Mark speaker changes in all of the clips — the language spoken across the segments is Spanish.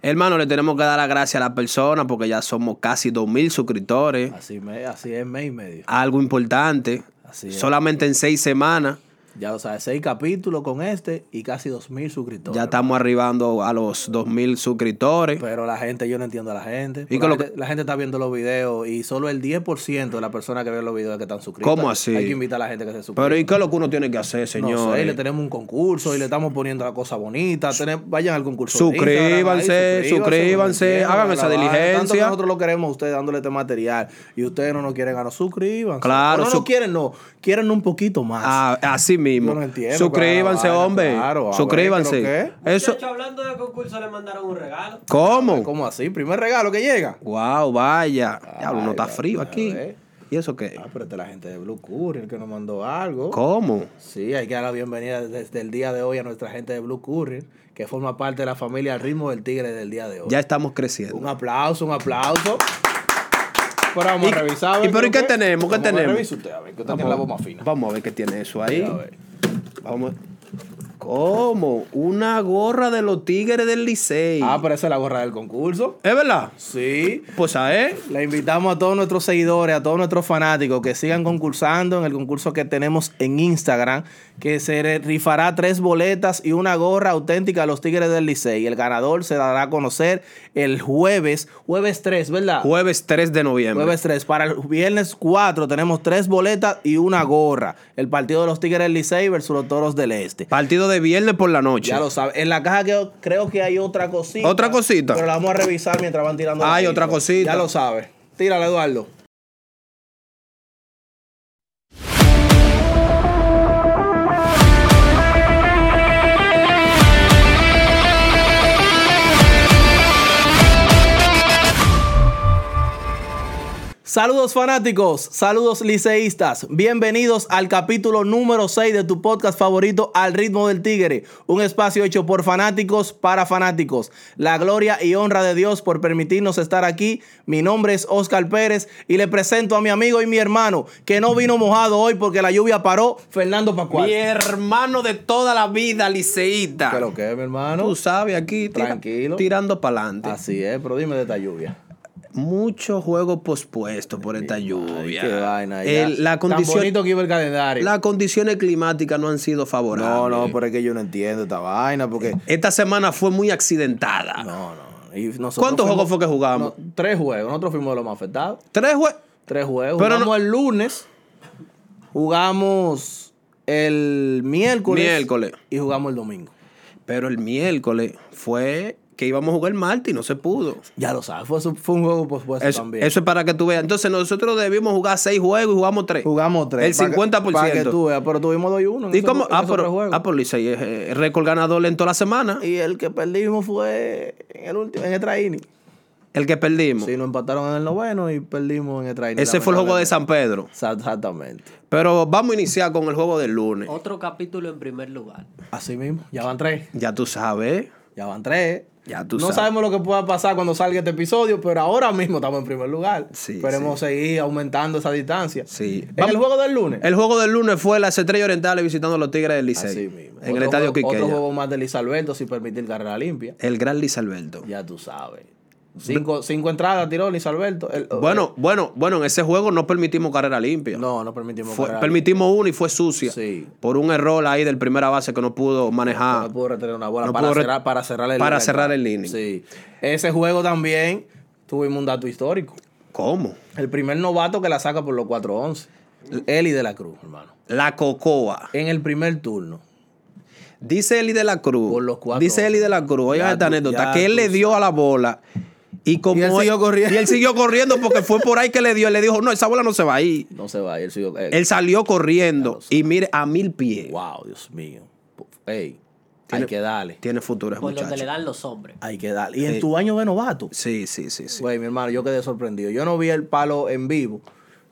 Speaker 1: Hermano, le tenemos que dar las gracias a la persona porque ya somos casi 2.000 suscriptores.
Speaker 2: Así, me, así es, mes y medio.
Speaker 1: Algo importante.
Speaker 2: Así es.
Speaker 1: Solamente en seis semanas
Speaker 2: Ya lo sabes, seis capítulos con este y casi dos mil suscriptores.
Speaker 1: ya estamos arribando a los 2.000 suscriptores.
Speaker 2: Pero la gente, yo no entiendo a la gente.
Speaker 1: Y
Speaker 2: Porque
Speaker 1: con
Speaker 2: la,
Speaker 1: lo
Speaker 2: gente la gente está viendo los videos y solo el 10% de las personas que ven los videos es que están suscritas.
Speaker 1: ¿Cómo así?
Speaker 2: Hay que invitar a la gente que se suscriba.
Speaker 1: Pero ¿y qué es lo que uno tiene que hacer,
Speaker 2: No sé,
Speaker 1: señor?
Speaker 2: le tenemos un concurso y le estamos poniendo la cosa bonita. Tenem- vayan al concurso. de Instagram ahí,
Speaker 1: Suscríbanse, suscríbanse,
Speaker 2: entiendan,
Speaker 1: hagan esa
Speaker 2: la vaina. Tanto que
Speaker 1: diligencia.
Speaker 2: nosotros lo queremos a ustedes dándole este material y ustedes no nos quieren a nosotros, suscríbanse.
Speaker 1: Claro,
Speaker 2: O no
Speaker 1: su-
Speaker 2: nos quieren, no. Quieren un poquito más.
Speaker 1: Ah, así mismo.
Speaker 2: Yo no entiendo,
Speaker 1: suscríbanse,
Speaker 2: claro,
Speaker 1: hombre.
Speaker 2: claro, a ver,
Speaker 1: suscríbanse.
Speaker 2: ¿pero
Speaker 1: Eso.
Speaker 3: Muchacho, hablando de concurso, le mandaron un regalo.
Speaker 1: ¿Cómo?
Speaker 2: Ah, ¿Cómo así? Primer regalo que llega.
Speaker 1: Wow, vaya. Ya uno
Speaker 2: Ay,
Speaker 1: está
Speaker 2: va-
Speaker 1: frío
Speaker 2: a
Speaker 1: aquí.
Speaker 2: ver.
Speaker 1: ¿Y eso qué?
Speaker 2: Ah, pero esta es la gente de Blue Curry, el que nos mandó algo.
Speaker 1: ¿Cómo?
Speaker 2: Sí, hay que dar la bienvenida desde el día de hoy a nuestra gente de Blue Curry, que forma parte de la familia Ritmo del Tigre del día de hoy.
Speaker 1: Ya estamos creciendo.
Speaker 2: Un aplauso, un aplauso. Pero vamos
Speaker 1: ¿Y-
Speaker 2: a revisar. a ver
Speaker 1: y pero y
Speaker 2: lo
Speaker 1: qué
Speaker 2: que-
Speaker 1: tenemos? ¿Qué
Speaker 2: Vamos a ver,
Speaker 1: tenemos?
Speaker 2: revisa usted, a ver, que usted tiene la voz más fina.
Speaker 1: Vamos a ver qué tiene eso ahí.
Speaker 2: A ver.
Speaker 1: Vamos. ¿Cómo? Una gorra de los tigres del Licey.
Speaker 2: Ah, pues. pero esa es la gorra del concurso.
Speaker 1: ¿Es verdad?
Speaker 2: Sí.
Speaker 1: Pues a él.
Speaker 2: Le invitamos a todos nuestros seguidores, a todos nuestros fanáticos que sigan concursando en el concurso que tenemos en Instagram, que se re- rifará tres boletas y una gorra auténtica a los Tigres del Licey. El ganador se dará a conocer el jueves, jueves 3, ¿verdad?
Speaker 1: Jueves 3 de noviembre.
Speaker 2: Jueves 3. Para el viernes 4 tenemos tres boletas y una gorra. El partido de los Tigres del Licey versus los Toros del Este.
Speaker 1: Partido de viernes por la noche.
Speaker 2: Ya lo sabes. En la caja que, creo que hay otra cosita.
Speaker 1: ¿Otra cosita?
Speaker 2: Pero la vamos a revisar mientras van tirando.
Speaker 1: Hay
Speaker 2: la
Speaker 1: otra
Speaker 2: película.
Speaker 1: cosita.
Speaker 2: Ya lo sabes. Tírala, Eduardo. Saludos fanáticos, saludos liceístas, bienvenidos al capítulo número 6 de tu podcast favorito Al ritmo del tigre, un espacio hecho por fanáticos para fanáticos. La gloria y honra de Dios por permitirnos estar aquí. Mi nombre es Oscar Pérez y le presento a mi amigo y mi hermano que no vino mojado hoy porque la lluvia paró, Fernando Pascual.
Speaker 1: Mi hermano de toda la vida, liceíta.
Speaker 2: ¿Qué lo que es, mi hermano?
Speaker 1: Tú sabes, aquí tira-
Speaker 2: Tranquilo.
Speaker 1: tirando para adelante.
Speaker 2: Así es, pero dime de esta lluvia.
Speaker 1: Mucho juego pospuesto por esta lluvia.
Speaker 2: Qué vaina. ya.
Speaker 1: El- la
Speaker 2: Tan
Speaker 1: condición-
Speaker 2: bonito que iba el calendario.
Speaker 1: las condiciones climáticas no han sido favorables.
Speaker 2: No, no, pero es que yo no entiendo esta vaina porque...
Speaker 1: Esta semana fue muy accidentada.
Speaker 2: No, no. Y nosotros
Speaker 1: Ah, ¿Cuántos
Speaker 2: fuimos-
Speaker 1: juegos fue que jugamos?
Speaker 2: no, tres juegos. Nosotros fuimos los más afectados.
Speaker 1: Tres juegos.
Speaker 2: Tres juegos.
Speaker 1: Pero
Speaker 2: jugamos el lunes, jugamos el miércoles.
Speaker 1: Miércoles.
Speaker 2: Y jugamos el domingo.
Speaker 1: Pero el miércoles fue que íbamos a jugar el martes y no se pudo.
Speaker 2: Ya lo sabes, fue, su- fue un juego pospuesto
Speaker 1: Eso,
Speaker 2: también.
Speaker 1: eso es para que tú veas. Entonces nosotros debimos jugar seis juegos y jugamos tres.
Speaker 2: Jugamos tres.
Speaker 1: El
Speaker 2: pa' que-
Speaker 1: 50%.
Speaker 2: pa' que tú veas, pero tuvimos dos y uno. en
Speaker 1: ¿Y
Speaker 2: esos-
Speaker 1: cómo?
Speaker 2: en
Speaker 1: Ah,
Speaker 2: esos tres
Speaker 1: pero,
Speaker 2: juegos.
Speaker 1: ah, pero Licey es eh, récord ganador en toda la semana.
Speaker 2: Y el que perdimos fue en el último, en extra inning.
Speaker 1: El que perdimos.
Speaker 2: Sí, nos empataron en el noveno y perdimos en extra inning.
Speaker 1: Ese fue el juego de San Pedro.
Speaker 2: San Exactamente.
Speaker 1: Pero vamos a iniciar con el juego del lunes.
Speaker 3: Otro capítulo en primer lugar.
Speaker 2: Así mismo. Ya van tres.
Speaker 1: Ya tú sabes.
Speaker 2: Ya van tres.
Speaker 1: Ya tú
Speaker 2: no
Speaker 1: sabes.
Speaker 2: sabemos lo que pueda pasar cuando salga este episodio, pero ahora mismo estamos en primer lugar.
Speaker 1: Sí,
Speaker 2: Esperemos seguir aumentando esa distancia.
Speaker 1: Sí.
Speaker 2: En
Speaker 1: Vamos-
Speaker 2: el juego del lunes.
Speaker 1: El juego del lunes fue las estrellas orientales visitando a los Tigres del Licey.
Speaker 2: Así mismo.
Speaker 1: En el
Speaker 2: Otro
Speaker 1: estadio
Speaker 2: juego- Otro
Speaker 1: Quiqueya.
Speaker 2: juego más de Liz Alberto sin permitir carrera limpia.
Speaker 1: El gran Liz Alberto.
Speaker 2: Ya tú sabes. Cinco, cinco entradas tiró Liz Alberto. El- oh,
Speaker 1: Bueno, bueno, bueno, en ese juego no permitimos carrera limpia.
Speaker 2: eh. No, no permitimos
Speaker 1: Fue-
Speaker 2: carrera
Speaker 1: permitimos una y fue sucia.
Speaker 2: Sí.
Speaker 1: Por un error ahí del primera base que no pudo
Speaker 2: limpia.
Speaker 1: manejar.
Speaker 2: No pudo retener una bola
Speaker 1: Ah. No
Speaker 2: para,
Speaker 1: pudo re-
Speaker 2: cerrar, para cerrar el
Speaker 1: para
Speaker 2: inning.
Speaker 1: cerrar el inning.
Speaker 2: Sí. Ese juego también tuvimos un dato histórico.
Speaker 1: ¿Cómo?
Speaker 2: El primer novato que la saca por los 4-11. Eli de la Cruz, hermano.
Speaker 1: La Cocoa.
Speaker 2: En el primer turno.
Speaker 1: Dice Eli de la Cruz.
Speaker 2: Por los cuatro.
Speaker 1: Dice Eli de la Cruz. Oigan
Speaker 2: Ya
Speaker 1: esta
Speaker 2: tú-
Speaker 1: anécdota.
Speaker 2: ya
Speaker 1: Que él
Speaker 2: tú
Speaker 1: le dio a la bola. Y como
Speaker 2: Y él siguió corriendo.
Speaker 1: y él siguió corriendo porque fue por ahí que le dio. Él le dijo, no, esa bola no se va ahí.
Speaker 2: No se va, él siguió. eh,
Speaker 1: Él salió corriendo.
Speaker 2: lo sabes.
Speaker 1: Y mire, a mil pies.
Speaker 2: Wow, Dios mío. Ey,
Speaker 1: Tiene-
Speaker 2: hay que darle.
Speaker 1: Tiene futuro ese
Speaker 3: Por lo que le
Speaker 1: muchacho.
Speaker 3: dan los hombres.
Speaker 2: Hay que darle. Y en tu año de novato.
Speaker 1: Sí, sí, sí, sí.
Speaker 2: Güey, mi hermano, yo quedé sorprendido. Yo no vi el palo en vivo.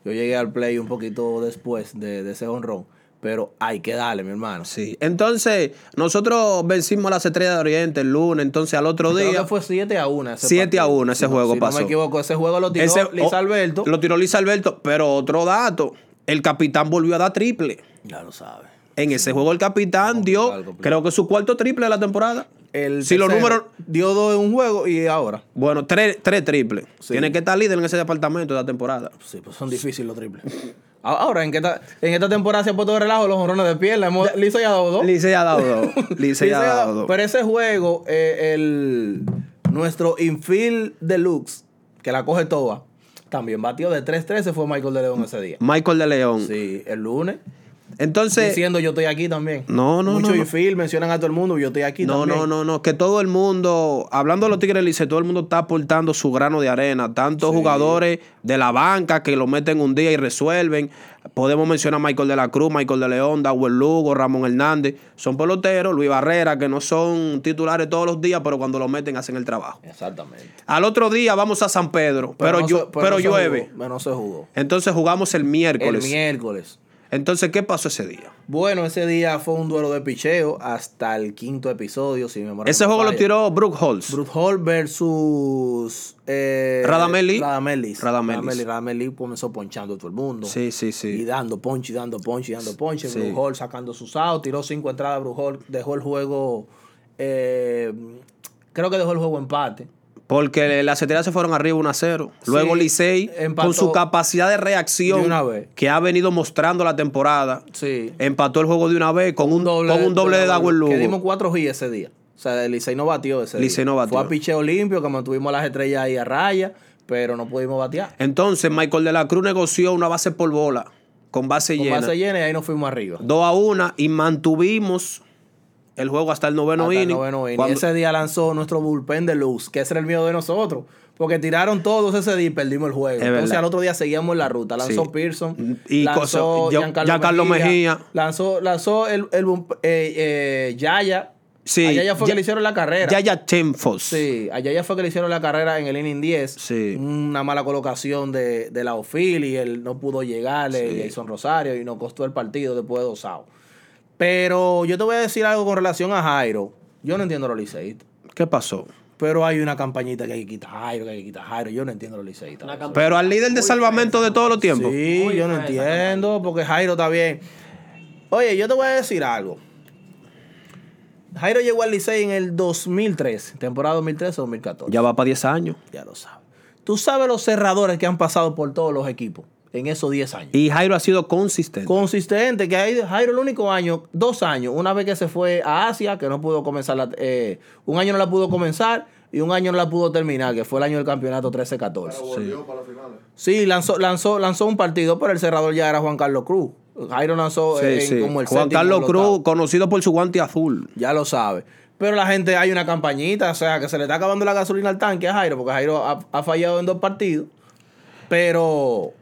Speaker 2: Yo llegué al play un poquito después de, de ese honrón. Pero hay que darle, mi hermano.
Speaker 1: Sí. Entonces, nosotros vencimos a las estrellas de Oriente el lunes. Entonces, al otro
Speaker 2: Creo
Speaker 1: día.
Speaker 2: que fue 7 a 1.
Speaker 1: 7 a uno ese juego
Speaker 2: si
Speaker 1: pasó.
Speaker 2: No me equivoco, ese juego lo tiró
Speaker 1: Ese-
Speaker 2: Liz
Speaker 1: oh,
Speaker 2: Alberto.
Speaker 1: Lo tiró Liz Alberto. Pero otro dato: el capitán volvió a dar triple.
Speaker 2: Ya lo sabes.
Speaker 1: En ese juego, el capitán dio,
Speaker 2: complicado.
Speaker 1: creo que su cuarto triple de la temporada.
Speaker 2: el
Speaker 1: Si los
Speaker 2: tercero
Speaker 1: números-
Speaker 2: dio dos en un juego y ahora.
Speaker 1: Bueno, tres, tres triples. Tiene que estar líder en ese departamento de la temporada.
Speaker 2: Sí, pues son difíciles los triples. A- Ahora, en, que esta, en esta temporada se ha puesto de relajo los honrones de pierna. Hemos- Licey ha dado dos.
Speaker 1: Licey ha dado dos. Licey ha
Speaker 2: ¿Oh? Licey ha
Speaker 1: dado dos.
Speaker 2: Pero ese juego, eh, el, nuestro infield deluxe, que la coge toda, también batió de 3-13 fue Michael de León ese día.
Speaker 1: Michael de León.
Speaker 2: Sí, el lunes.
Speaker 1: Entonces,
Speaker 2: diciendo yo estoy aquí también.
Speaker 1: No, no,
Speaker 2: Mucho
Speaker 1: no, no.
Speaker 2: infield, mencionan a todo el mundo, yo estoy aquí
Speaker 1: no,
Speaker 2: también.
Speaker 1: no, no, no. Que todo el mundo, hablando de los Tigres del Licey, todo el mundo está aportando su grano de arena. Tantos jugadores de la banca que lo meten un día y resuelven. Podemos mencionar a Michael de la Cruz, Michael de León, Dauer Lugo, Ramón Hernández. Son peloteros, Luis Barrera, que no son titulares todos los días, pero cuando lo meten hacen el trabajo.
Speaker 2: Exactamente.
Speaker 1: Al otro día vamos a San Pedro, pero,
Speaker 2: no
Speaker 1: llu-
Speaker 2: se-
Speaker 1: pero
Speaker 2: no se
Speaker 1: llueve.
Speaker 2: jugó, Pero no se jugó.
Speaker 1: Entonces jugamos el miércoles.
Speaker 2: El miércoles.
Speaker 1: Entonces, ¿qué pasó ese día?
Speaker 2: Bueno, ese día fue un duelo de picheo hasta el quinto episodio, si mi memoria
Speaker 1: Ese
Speaker 2: no
Speaker 1: juego lo
Speaker 2: falla.
Speaker 1: tiró Brooke Holtz.
Speaker 2: Bruce Hall versus eh,
Speaker 1: Radamelis.
Speaker 2: Radamelis.
Speaker 1: Radamelis.
Speaker 2: Radamelis. Radamelis comenzó ponchando a todo el mundo.
Speaker 1: Sí, sí, sí.
Speaker 2: Y dando ponche, y dando ponche, y dando ponche.
Speaker 1: Sí.
Speaker 2: Bruce Hall sacando sus outs, tiró cinco entradas. Bruce Hall dejó el juego. eh, creo que dejó el juego empate.
Speaker 1: Porque las estrellas se fueron arriba 1 a 0. Luego
Speaker 2: Sí,
Speaker 1: Licey,
Speaker 2: empató.
Speaker 1: con su capacidad de reacción
Speaker 2: De una vez.
Speaker 1: que ha venido mostrando la temporada,
Speaker 2: Sí.
Speaker 1: empató el juego de una vez con un doble, con un doble de Dawel Lugo.
Speaker 2: Que dimos cuatro G ese día. O sea, el Licey no batió ese día.
Speaker 1: Licey no batió.
Speaker 2: Fue a picheo limpio, que mantuvimos las estrellas ahí a raya, pero no pudimos batear.
Speaker 1: Entonces Michael de la Cruz negoció una base por bola con base
Speaker 2: Con
Speaker 1: llena.
Speaker 2: base llena y ahí nos fuimos arriba.
Speaker 1: 2 a 1 y mantuvimos el juego hasta el noveno
Speaker 2: Hasta el
Speaker 1: inning.
Speaker 2: noveno inning.
Speaker 1: Cuando-
Speaker 2: Ese día lanzó nuestro bullpen de luz, que ese era el miedo de nosotros. Porque tiraron todos ese día y perdimos el juego.
Speaker 1: Es
Speaker 2: Entonces
Speaker 1: verdad.
Speaker 2: al otro día seguíamos en la ruta. Lanzó
Speaker 1: Sí.
Speaker 2: Pearson.
Speaker 1: Y
Speaker 2: lanzó
Speaker 1: cosa- Gian- Giancarlo Mejía.
Speaker 2: Lanzó, lanzó el, el bum- eh, eh, Yaya.
Speaker 1: Sí,
Speaker 2: A Yaya fue
Speaker 1: Ya-
Speaker 2: que le hicieron la carrera.
Speaker 1: Ya ya Chenfos.
Speaker 2: Sí, a Yaya fue que le hicieron la carrera en el inning 10.
Speaker 1: Sí.
Speaker 2: Una mala colocación de, de la Ofil y él no pudo llegar, eh,
Speaker 1: Sí.
Speaker 2: Jason Rosario, y nos costó el partido después de dos outs. Pero yo te voy a decir algo con relación a Jairo. Yo no entiendo los liceístas.
Speaker 1: ¿Qué pasó?
Speaker 2: Pero hay una campañita que hay que quitar a Jairo, que hay que quitar a Jairo. Yo no entiendo los liceístas.
Speaker 3: Una campaña
Speaker 1: Pero al líder de
Speaker 3: muy
Speaker 1: salvamento de todos los tiempos.
Speaker 2: Sí,
Speaker 3: Muy
Speaker 2: yo no
Speaker 3: fea esa
Speaker 2: entiendo, porque Jairo está bien. Oye, yo te voy a decir algo. Jairo llegó al Licey en el 2013, temporada 2013-2014.
Speaker 1: Ya va para 10 años.
Speaker 2: Ya lo sabes. Tú sabes los cerradores que han pasado por todos los equipos en esos 10 años.
Speaker 1: Y Jairo ha sido consistente.
Speaker 2: Consistente, que hay- Jairo el único año, dos años, una vez que se fue a Asia, que no pudo comenzar, la- eh, un año no la pudo comenzar y un año no la pudo terminar, que fue el año del campeonato 13-14.
Speaker 4: Volvió para las finales.
Speaker 2: Sí, lanzó, lanzó, lanzó un partido, pero el cerrador ya era Juan Carlos Cruz. Jairo lanzó
Speaker 1: Sí,
Speaker 2: eh, en
Speaker 1: sí.
Speaker 2: como el
Speaker 1: Juan
Speaker 2: séptimo,
Speaker 1: Carlos
Speaker 2: el
Speaker 1: Cruz,
Speaker 2: octavo.
Speaker 1: conocido por su guante azul.
Speaker 2: Ya lo sabe. Pero la gente, hay una campañita, o sea, que se le está acabando la gasolina al tanque a Jairo, porque Jairo ha, ha fallado en dos partidos. Pero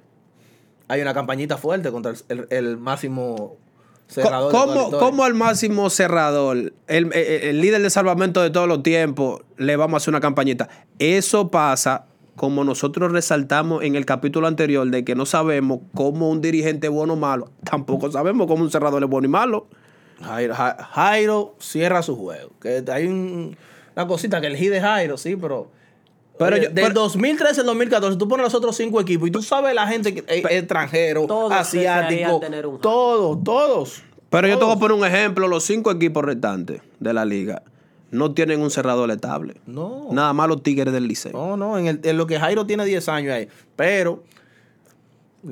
Speaker 2: hay una campañita fuerte contra el, el- el máximo cerrador. de toda la
Speaker 1: ¿Cómo,
Speaker 2: historia.
Speaker 1: cómo al máximo cerrador, el, el- el líder de salvamento de todos los tiempos, le vamos a hacer una campañita? Eso pasa como nosotros resaltamos en el capítulo anterior de que no sabemos cómo un dirigente es bueno o malo. Tampoco sabemos cómo un cerrador es bueno y malo.
Speaker 2: Jairo, Ja- Jairo cierra su juego. Que hay un- una cosita que elegí de Jairo, sí, pero.
Speaker 1: Pero
Speaker 2: Oye,
Speaker 1: yo-
Speaker 2: del
Speaker 1: pero-
Speaker 2: 2013 al 2014, tú pones los otros cinco equipos y tú sabes la gente que, eh, extranjero,
Speaker 3: Todos
Speaker 2: asiático,
Speaker 3: desearían tener un Jairo.
Speaker 2: todos, todos.
Speaker 1: Pero yo te voy
Speaker 2: todos.
Speaker 1: a poner un ejemplo. Los cinco equipos restantes de la liga no tienen un cerrador estable.
Speaker 2: No.
Speaker 1: Nada más los Tigres del Liceo.
Speaker 2: No, no, en, el- en lo que Jairo tiene 10 años ahí. Pero.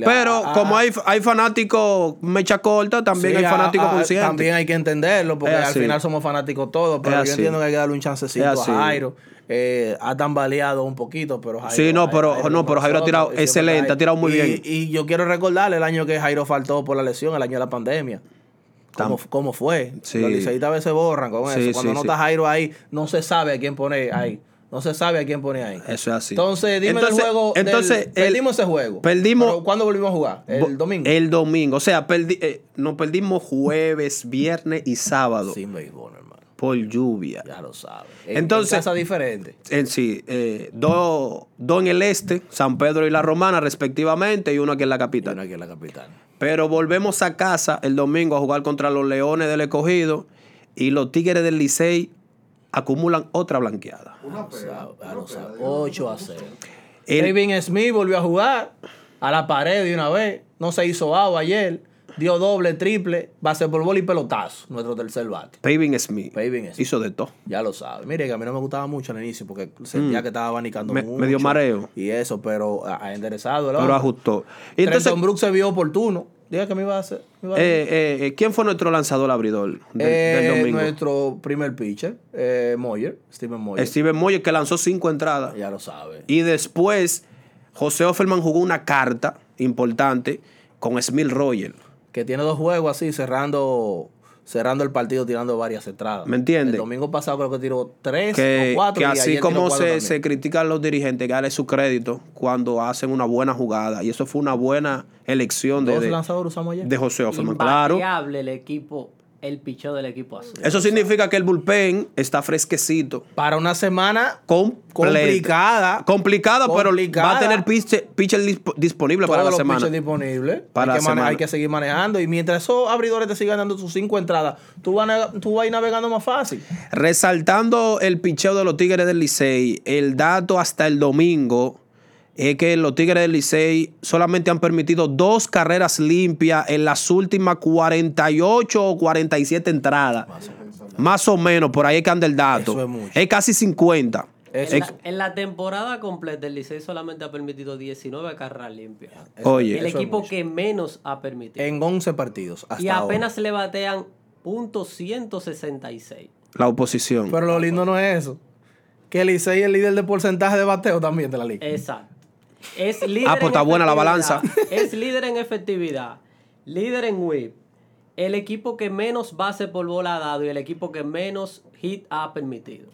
Speaker 1: Pero
Speaker 2: Ah,
Speaker 1: como hay, hay fanáticos mecha corta, también
Speaker 2: sí,
Speaker 1: hay
Speaker 2: ah,
Speaker 1: fanáticos
Speaker 2: ah,
Speaker 1: conscientes.
Speaker 2: También hay que entenderlo, porque
Speaker 1: Es
Speaker 2: al
Speaker 1: así.
Speaker 2: final somos fanáticos todos. Pero
Speaker 1: Es
Speaker 2: yo
Speaker 1: así.
Speaker 2: entiendo que hay que darle un chancecito
Speaker 1: Es
Speaker 2: a
Speaker 1: así.
Speaker 2: Jairo. Eh, ha tambaleado un poquito, pero Jairo.
Speaker 1: Sí, no, pero-
Speaker 2: es
Speaker 1: no,
Speaker 2: como
Speaker 1: pero Jairo ha
Speaker 2: nosotros,
Speaker 1: tirado
Speaker 2: y siempre
Speaker 1: excelente,
Speaker 2: está ahí.
Speaker 1: ha tirado muy
Speaker 2: Y-
Speaker 1: bien.
Speaker 2: Y yo quiero recordarle el año que Jairo faltó por la lesión, el año de la pandemia. ¿Cómo, cómo fue?
Speaker 1: Sí.
Speaker 2: Los liceístas a veces borran con
Speaker 1: Sí,
Speaker 2: eso. Cuando
Speaker 1: sí,
Speaker 2: no
Speaker 1: sí.
Speaker 2: está Jairo ahí, no se sabe a quién poner ahí. No se sabe a quién poner ahí.
Speaker 1: Eso es así.
Speaker 2: Entonces, dime del
Speaker 1: Entonces-
Speaker 2: juego. del-
Speaker 1: entonces, el-
Speaker 2: perdimos ese juego.
Speaker 1: perdimos-
Speaker 2: Pero, ¿Cuándo volvimos a jugar? El
Speaker 1: Bo-
Speaker 2: domingo.
Speaker 1: El domingo. O sea, perdi- eh, nos perdimos jueves, viernes y sábado
Speaker 2: Sin béisbol, hermano.
Speaker 1: por lluvia.
Speaker 2: Ya lo sabes.
Speaker 1: Entonces-
Speaker 2: En casa diferente.
Speaker 1: En sí, eh, dos dos en el este, San Pedro y La Romana, respectivamente, y uno aquí en la
Speaker 2: Y
Speaker 1: capital.
Speaker 2: una aquí en la capital.
Speaker 1: Pero volvemos a casa el domingo a jugar contra los Leones del Escogido y los Tigres del Licey acumulan otra blanqueada.
Speaker 4: Una
Speaker 2: O sea,
Speaker 4: pena.
Speaker 2: ya
Speaker 4: una
Speaker 2: lo sabes.
Speaker 4: pena.
Speaker 2: 8 a 0.
Speaker 1: El-
Speaker 2: Kevin Smith volvió a jugar a la pared de una vez. No se hizo agua ayer. dio doble, triple, base por bola y pelotazo. Nuestro tercer bate.
Speaker 1: Paving Smith.
Speaker 2: Paving Smith.
Speaker 1: Hizo de todo.
Speaker 2: Ya lo sabe. Mire que a mí no me gustaba mucho al inicio porque sentía que estaba abanicando
Speaker 1: Mm. Me-
Speaker 2: mucho.
Speaker 1: me dio mareo.
Speaker 2: Y eso, pero ha ha enderezado el
Speaker 1: Pero
Speaker 2: hombre.
Speaker 1: ajustó. Y
Speaker 2: Trenton
Speaker 1: entonces,
Speaker 2: Brooks se vio oportuno. Diga que me iba a hacer. me iba a-
Speaker 1: eh, eh, eh, ¿quién fue nuestro lanzador abridor del, del
Speaker 2: Eh,
Speaker 1: domingo?
Speaker 2: Nuestro primer pitcher, eh, Moyer, Steven Moyer.
Speaker 1: Steven Moyer, que lanzó cinco entradas.
Speaker 2: Ya lo sabe.
Speaker 1: Y después, José Offerman jugó una carta importante con Smil Roger.
Speaker 2: Que tiene dos juegos así, cerrando cerrando el partido, tirando varias entradas.
Speaker 1: ¿Me entiende?
Speaker 2: El domingo pasado creo que tiró tres
Speaker 1: Que,
Speaker 2: o cuatro.
Speaker 1: que
Speaker 2: y
Speaker 1: así
Speaker 2: ayer tiró
Speaker 1: como
Speaker 2: cuatro
Speaker 1: se,
Speaker 2: también.
Speaker 1: se critican los dirigentes, que darle su crédito cuando hacen una buena jugada. Y eso fue una buena elección de,
Speaker 2: Dos
Speaker 1: de,
Speaker 2: lanzadores usamos ayer.
Speaker 1: de José Offerman. Claro.
Speaker 3: Invariable el equipo, el picheo del equipo azul.
Speaker 1: Eso significa que el bullpen está fresquecito.
Speaker 2: Para una semana
Speaker 1: completo.
Speaker 2: Complicada.
Speaker 1: Complicada, pero
Speaker 2: Complicada.
Speaker 1: va a tener pitcher, pitcher disp- disponible para
Speaker 2: todos
Speaker 1: la
Speaker 2: los
Speaker 1: semana.
Speaker 2: pitchers disponibles.
Speaker 1: Para
Speaker 2: hay,
Speaker 1: la
Speaker 2: que mane-
Speaker 1: semana.
Speaker 2: hay que seguir manejando. Y mientras esos abridores te sigan dando sus cinco entradas, tú vas, na- tú vas a ir navegando más fácil.
Speaker 1: Resaltando el picheo de los Tigres del Licey, el dato hasta el domingo es que los Tigres del Licey solamente han permitido dos carreras limpias en las últimas 48 o 47 entradas. Más o menos, por ahí es que anda el dato.
Speaker 2: Eso es mucho.
Speaker 1: casi 50.
Speaker 2: Eso
Speaker 3: en,
Speaker 1: Es-
Speaker 3: la, en la temporada completa, el Licey solamente ha permitido 19 carreras limpias.
Speaker 1: Oye.
Speaker 3: el
Speaker 2: eso es
Speaker 3: equipo
Speaker 2: mucho.
Speaker 3: que menos ha permitido.
Speaker 2: En 11 partidos. Hasta
Speaker 3: y apenas
Speaker 2: ahora.
Speaker 3: le batean punto .166.
Speaker 1: la oposición.
Speaker 2: Pero lo lindo no es eso. Que Licey es el líder de porcentaje de bateo también de la
Speaker 3: Eh.
Speaker 2: liga.
Speaker 3: Exacto. Es líder
Speaker 1: Ah, pues
Speaker 3: en
Speaker 1: está buena la
Speaker 3: efectividad.
Speaker 1: balanza.
Speaker 3: Es líder en efectividad, líder en whip, el equipo que menos base por bola ha dado y el equipo que menos hit ha permitido.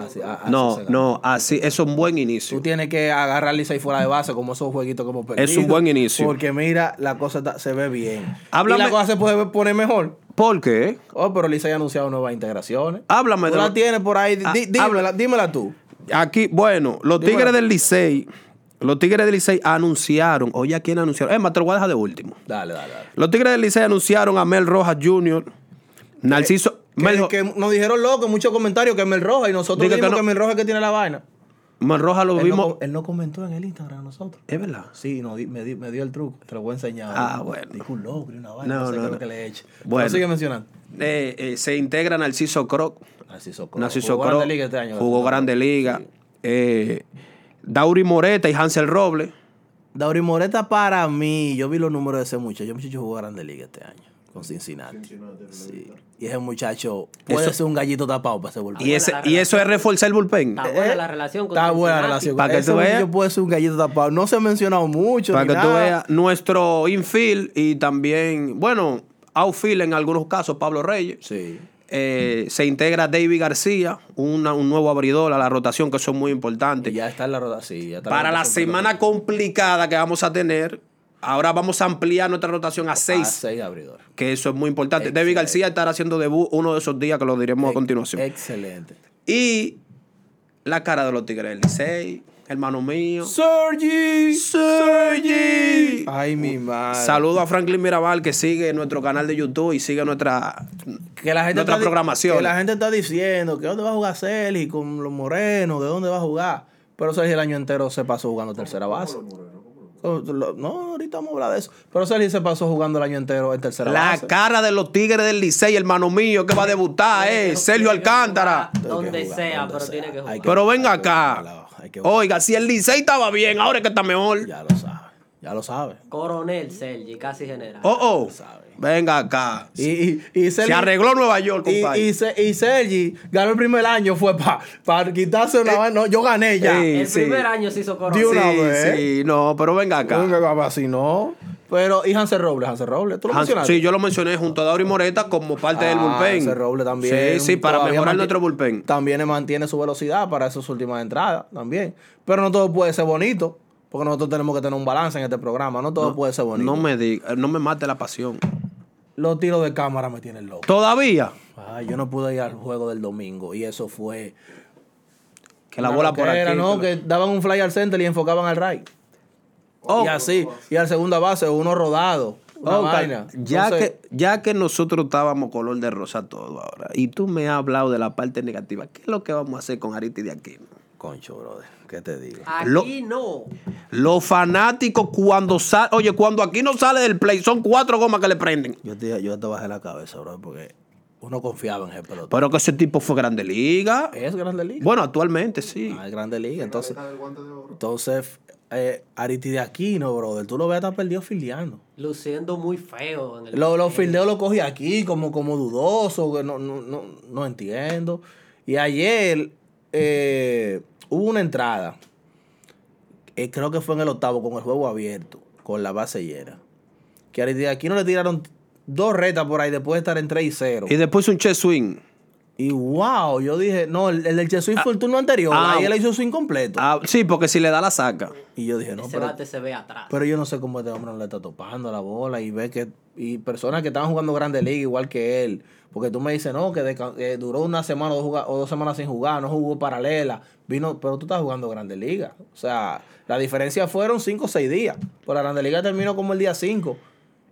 Speaker 2: Así- a- así
Speaker 1: no,
Speaker 2: ah, se gana.
Speaker 1: no, así, eso es un buen
Speaker 2: Tú
Speaker 1: inicio.
Speaker 2: tienes que agarrar Licey fuera de base, como esos jueguitos como perdidos.
Speaker 1: un buen inicio.
Speaker 2: Porque mira, la cosa está- se ve bien.
Speaker 1: Háblame-
Speaker 2: Y la cosa se puede poner mejor.
Speaker 1: ¿Por qué?
Speaker 2: Oh, pero Licey ha anunciado nuevas integraciones.
Speaker 1: Háblame
Speaker 2: Tú
Speaker 1: de
Speaker 2: la
Speaker 1: lo-
Speaker 2: tienes por ahí. di-
Speaker 1: Ah,
Speaker 2: dímela,
Speaker 1: habla.
Speaker 2: dímela tú.
Speaker 1: Aquí, bueno, los
Speaker 2: Dímelo.
Speaker 1: Tigres del Licey, los Tigres del Licey anunciaron, oye, ¿a quién anunciaron? Es más, te lo voy a dejar de último.
Speaker 2: Dale, dale, dale.
Speaker 1: Los Tigres del Licey anunciaron a Mel Rojas Jr., Narciso, Mel,
Speaker 2: Eh, Que, que nos dijeron loco muchos comentarios que es Mel Roja y nosotros
Speaker 1: Diga que
Speaker 2: dijimos que,
Speaker 1: no.
Speaker 2: Mel Roja es que tiene la vaina.
Speaker 1: Mel Rojas lo
Speaker 2: Él no,
Speaker 1: vimos.
Speaker 2: com- él no comentó en el Instagram a nosotros.
Speaker 1: ¿Es verdad?
Speaker 2: Sí, no, di- me, di- me dio el truco. Te lo voy a enseñar.
Speaker 1: Ah, bueno.
Speaker 2: Dijo un logro y una vaina. No,
Speaker 1: No,
Speaker 2: sé
Speaker 1: no,
Speaker 2: qué es lo
Speaker 1: no.
Speaker 2: que le he hecho. Pero
Speaker 1: Bueno.
Speaker 2: sigue mencionando.
Speaker 1: Eh, eh, se integra Narciso Croc.
Speaker 2: Narciso Coro.
Speaker 1: Narciso
Speaker 2: Jugó
Speaker 1: Croc
Speaker 2: Grande Liga este año.
Speaker 1: jugó Grande Liga. Eh, Dauri Moreta y Hansel Robles.
Speaker 2: Ah, Dauri Moreta para mí, yo vi los números de ese muchacho. Yo muchacho jugó Grande Liga este año con Cincinnati. sí. Y ese muchacho puede
Speaker 1: Eso-
Speaker 2: ser un gallito tapado para ese volcán.
Speaker 1: Y,
Speaker 3: buena
Speaker 1: ese,
Speaker 3: la
Speaker 1: y eso es reforzar el bullpen.
Speaker 2: Ah,
Speaker 3: Está buena la relación con
Speaker 2: Eh, Está buena la
Speaker 3: Cincinnati.
Speaker 2: relación.
Speaker 1: Para que
Speaker 2: Ese
Speaker 1: tú veas.
Speaker 2: muchacho puede ser un gallito tapado. No se ha mencionado mucho.
Speaker 1: Para
Speaker 2: ni
Speaker 1: que tú
Speaker 2: nada.
Speaker 1: veas nuestro infield y también, bueno, outfield en algunos casos, Pablo Reyes.
Speaker 2: Sí.
Speaker 1: Eh, se integra David García, una- un nuevo abridor a la rotación, que son muy importantes.
Speaker 2: Y ya está en la roda. Sí, ya está en
Speaker 1: Para la
Speaker 2: rotación,
Speaker 1: semana complicada que vamos a tener, ahora vamos a ampliar nuestra rotación a
Speaker 2: pero- a
Speaker 1: seis,
Speaker 2: seis abridores.
Speaker 1: que eso es muy importante.
Speaker 2: Ah, Excelente.
Speaker 1: David García estará haciendo debut uno de esos días que lo diremos a continuación.
Speaker 2: Excelente.
Speaker 1: Y la cara de los Tigres del Licey, hermano mío.
Speaker 2: Sergi.
Speaker 1: Sergi.
Speaker 2: Ay, mi madre.
Speaker 1: Saludo a Franklin Mirabal que sigue nuestro canal de YouTube y sigue nuestra.
Speaker 2: que la gente
Speaker 1: Nuestra
Speaker 2: está di-
Speaker 1: programación.
Speaker 2: Que la gente está diciendo que dónde va a jugar Celi con los morenos, que dónde va a jugar. Pero Sergi el año entero se pasó jugando tercera base. Oh, Lo- No, ahorita vamos a hablar de eso. Pero Sergi se pasó jugando el año entero en tercera
Speaker 1: La
Speaker 2: base.
Speaker 1: cara de los Tigres del Licey, hermano mío, que va a debutar,
Speaker 3: Tiene
Speaker 1: eh,
Speaker 3: que-
Speaker 1: Sergio
Speaker 3: tiene que
Speaker 1: Alcántara.
Speaker 3: jugar
Speaker 2: Hay
Speaker 3: Donde
Speaker 2: que jugar,
Speaker 3: sea,
Speaker 2: donde
Speaker 3: pero
Speaker 2: sea.
Speaker 3: tiene que
Speaker 2: Hay
Speaker 3: jugar.
Speaker 1: Pero venga
Speaker 2: hay que
Speaker 1: acá.
Speaker 2: buscarla, hay que buscarla.
Speaker 1: Oiga, si el Licey estaba bien, ahora es que está mejor.
Speaker 2: Ya lo sabe. Ya lo sabe.
Speaker 3: Coronel Sergi, casi general.
Speaker 1: Oh, oh.
Speaker 2: sabe.
Speaker 1: Venga acá.
Speaker 2: Y, y, y Sergi-
Speaker 1: Se arregló Nueva York,
Speaker 2: Y, y,
Speaker 1: compadre.
Speaker 2: Se- y Sergi ganó el primer año, fue para quitarse una vaina. No, yo gané ya.
Speaker 1: eh,
Speaker 3: el
Speaker 1: sí.
Speaker 3: primer año se hizo
Speaker 2: de
Speaker 3: coronel.
Speaker 2: una
Speaker 1: Sí,
Speaker 2: vez.
Speaker 1: sí, no, pero venga acá.
Speaker 2: Venga, papá, si no. Pero, y Hansel Robles, Hansel Robles, tú lo
Speaker 1: Hans-
Speaker 2: mencionaste.
Speaker 1: sí, yo lo mencioné junto a Dauri Moreta como parte del
Speaker 2: Ah,
Speaker 1: bullpen.
Speaker 2: Hansel Robles
Speaker 1: Sí,
Speaker 2: también.
Speaker 1: sí, para
Speaker 2: todavía
Speaker 1: mejorar
Speaker 2: manti-
Speaker 1: nuestro bullpen.
Speaker 2: También mantiene su velocidad para esas últimas entradas, también. Pero no todo puede ser bonito, porque nosotros tenemos que tener un balance en este programa. No todo puede ser bonito.
Speaker 1: No me diga, no me mate la pasión.
Speaker 2: Los tiros de cámara me tienen loco.
Speaker 1: Todavía
Speaker 2: Ay, yo no pude ir al juego del domingo y eso fue.
Speaker 1: que la
Speaker 2: una
Speaker 1: bola por aquí.
Speaker 2: loquera, ¿no?
Speaker 1: que
Speaker 2: Que daban un fly al center y enfocaban al right.
Speaker 1: Oh.
Speaker 2: y así, y al segunda base, uno rodado. Una
Speaker 1: Oh, ca-
Speaker 2: vaina.
Speaker 1: ya,
Speaker 2: Entonces,
Speaker 1: que, ya que nosotros estábamos color de rosa todo ahora, y tú me has hablado de la parte negativa, ¿qué es lo que vamos a hacer con Ariti de Aquino?
Speaker 2: Concho, brother, ¿qué te digo?
Speaker 3: Aquí no.
Speaker 1: Los fanáticos cuando sale, oye, cuando aquí no sale del play, son cuatro gomas que le prenden.
Speaker 2: Yo te, yo te bajé la cabeza, brother, porque uno confiaba en el pelotón.
Speaker 1: Pero que ese tipo fue grande liga.
Speaker 2: Es Grande Liga.
Speaker 1: Bueno, actualmente sí.
Speaker 2: Ah, es Grande Liga. Entonces, entonces eh, Ariti de Aquino, brother, tú lo ves hasta perdido filiando.
Speaker 3: Luciendo muy feo. En el
Speaker 2: Los lo fildeos lo cogí aquí como, como dudoso, que no, no, no, no entiendo. Y ayer eh, hubo una entrada, eh, creo que fue en el octavo, con el juego abierto, con la base llena. Que al de aquí no le tiraron dos retas por ahí después de estar en 3 y 0.
Speaker 1: Y después un che swing.
Speaker 2: Y wow, yo dije, no, el, el del Chesuí fue el turno anterior,
Speaker 1: ah,
Speaker 2: ahí él hizo su incompleto.
Speaker 1: Ah, sí, porque si le da la saca.
Speaker 2: y yo dije, no,
Speaker 3: Ese
Speaker 2: pero,
Speaker 3: bate se ve atrás.
Speaker 2: pero yo no sé cómo este hombre no le está topando la bola y ve que y personas que estaban jugando Grande Liga igual que él, porque tú me dices, no, que deca- eh, duró una semana o dos, juga- o dos semanas sin jugar, no jugó paralela, vino, pero tú estás jugando Grande Liga. O sea, la diferencia fueron 5 o 6 días, pero la Grande Liga terminó como el día 5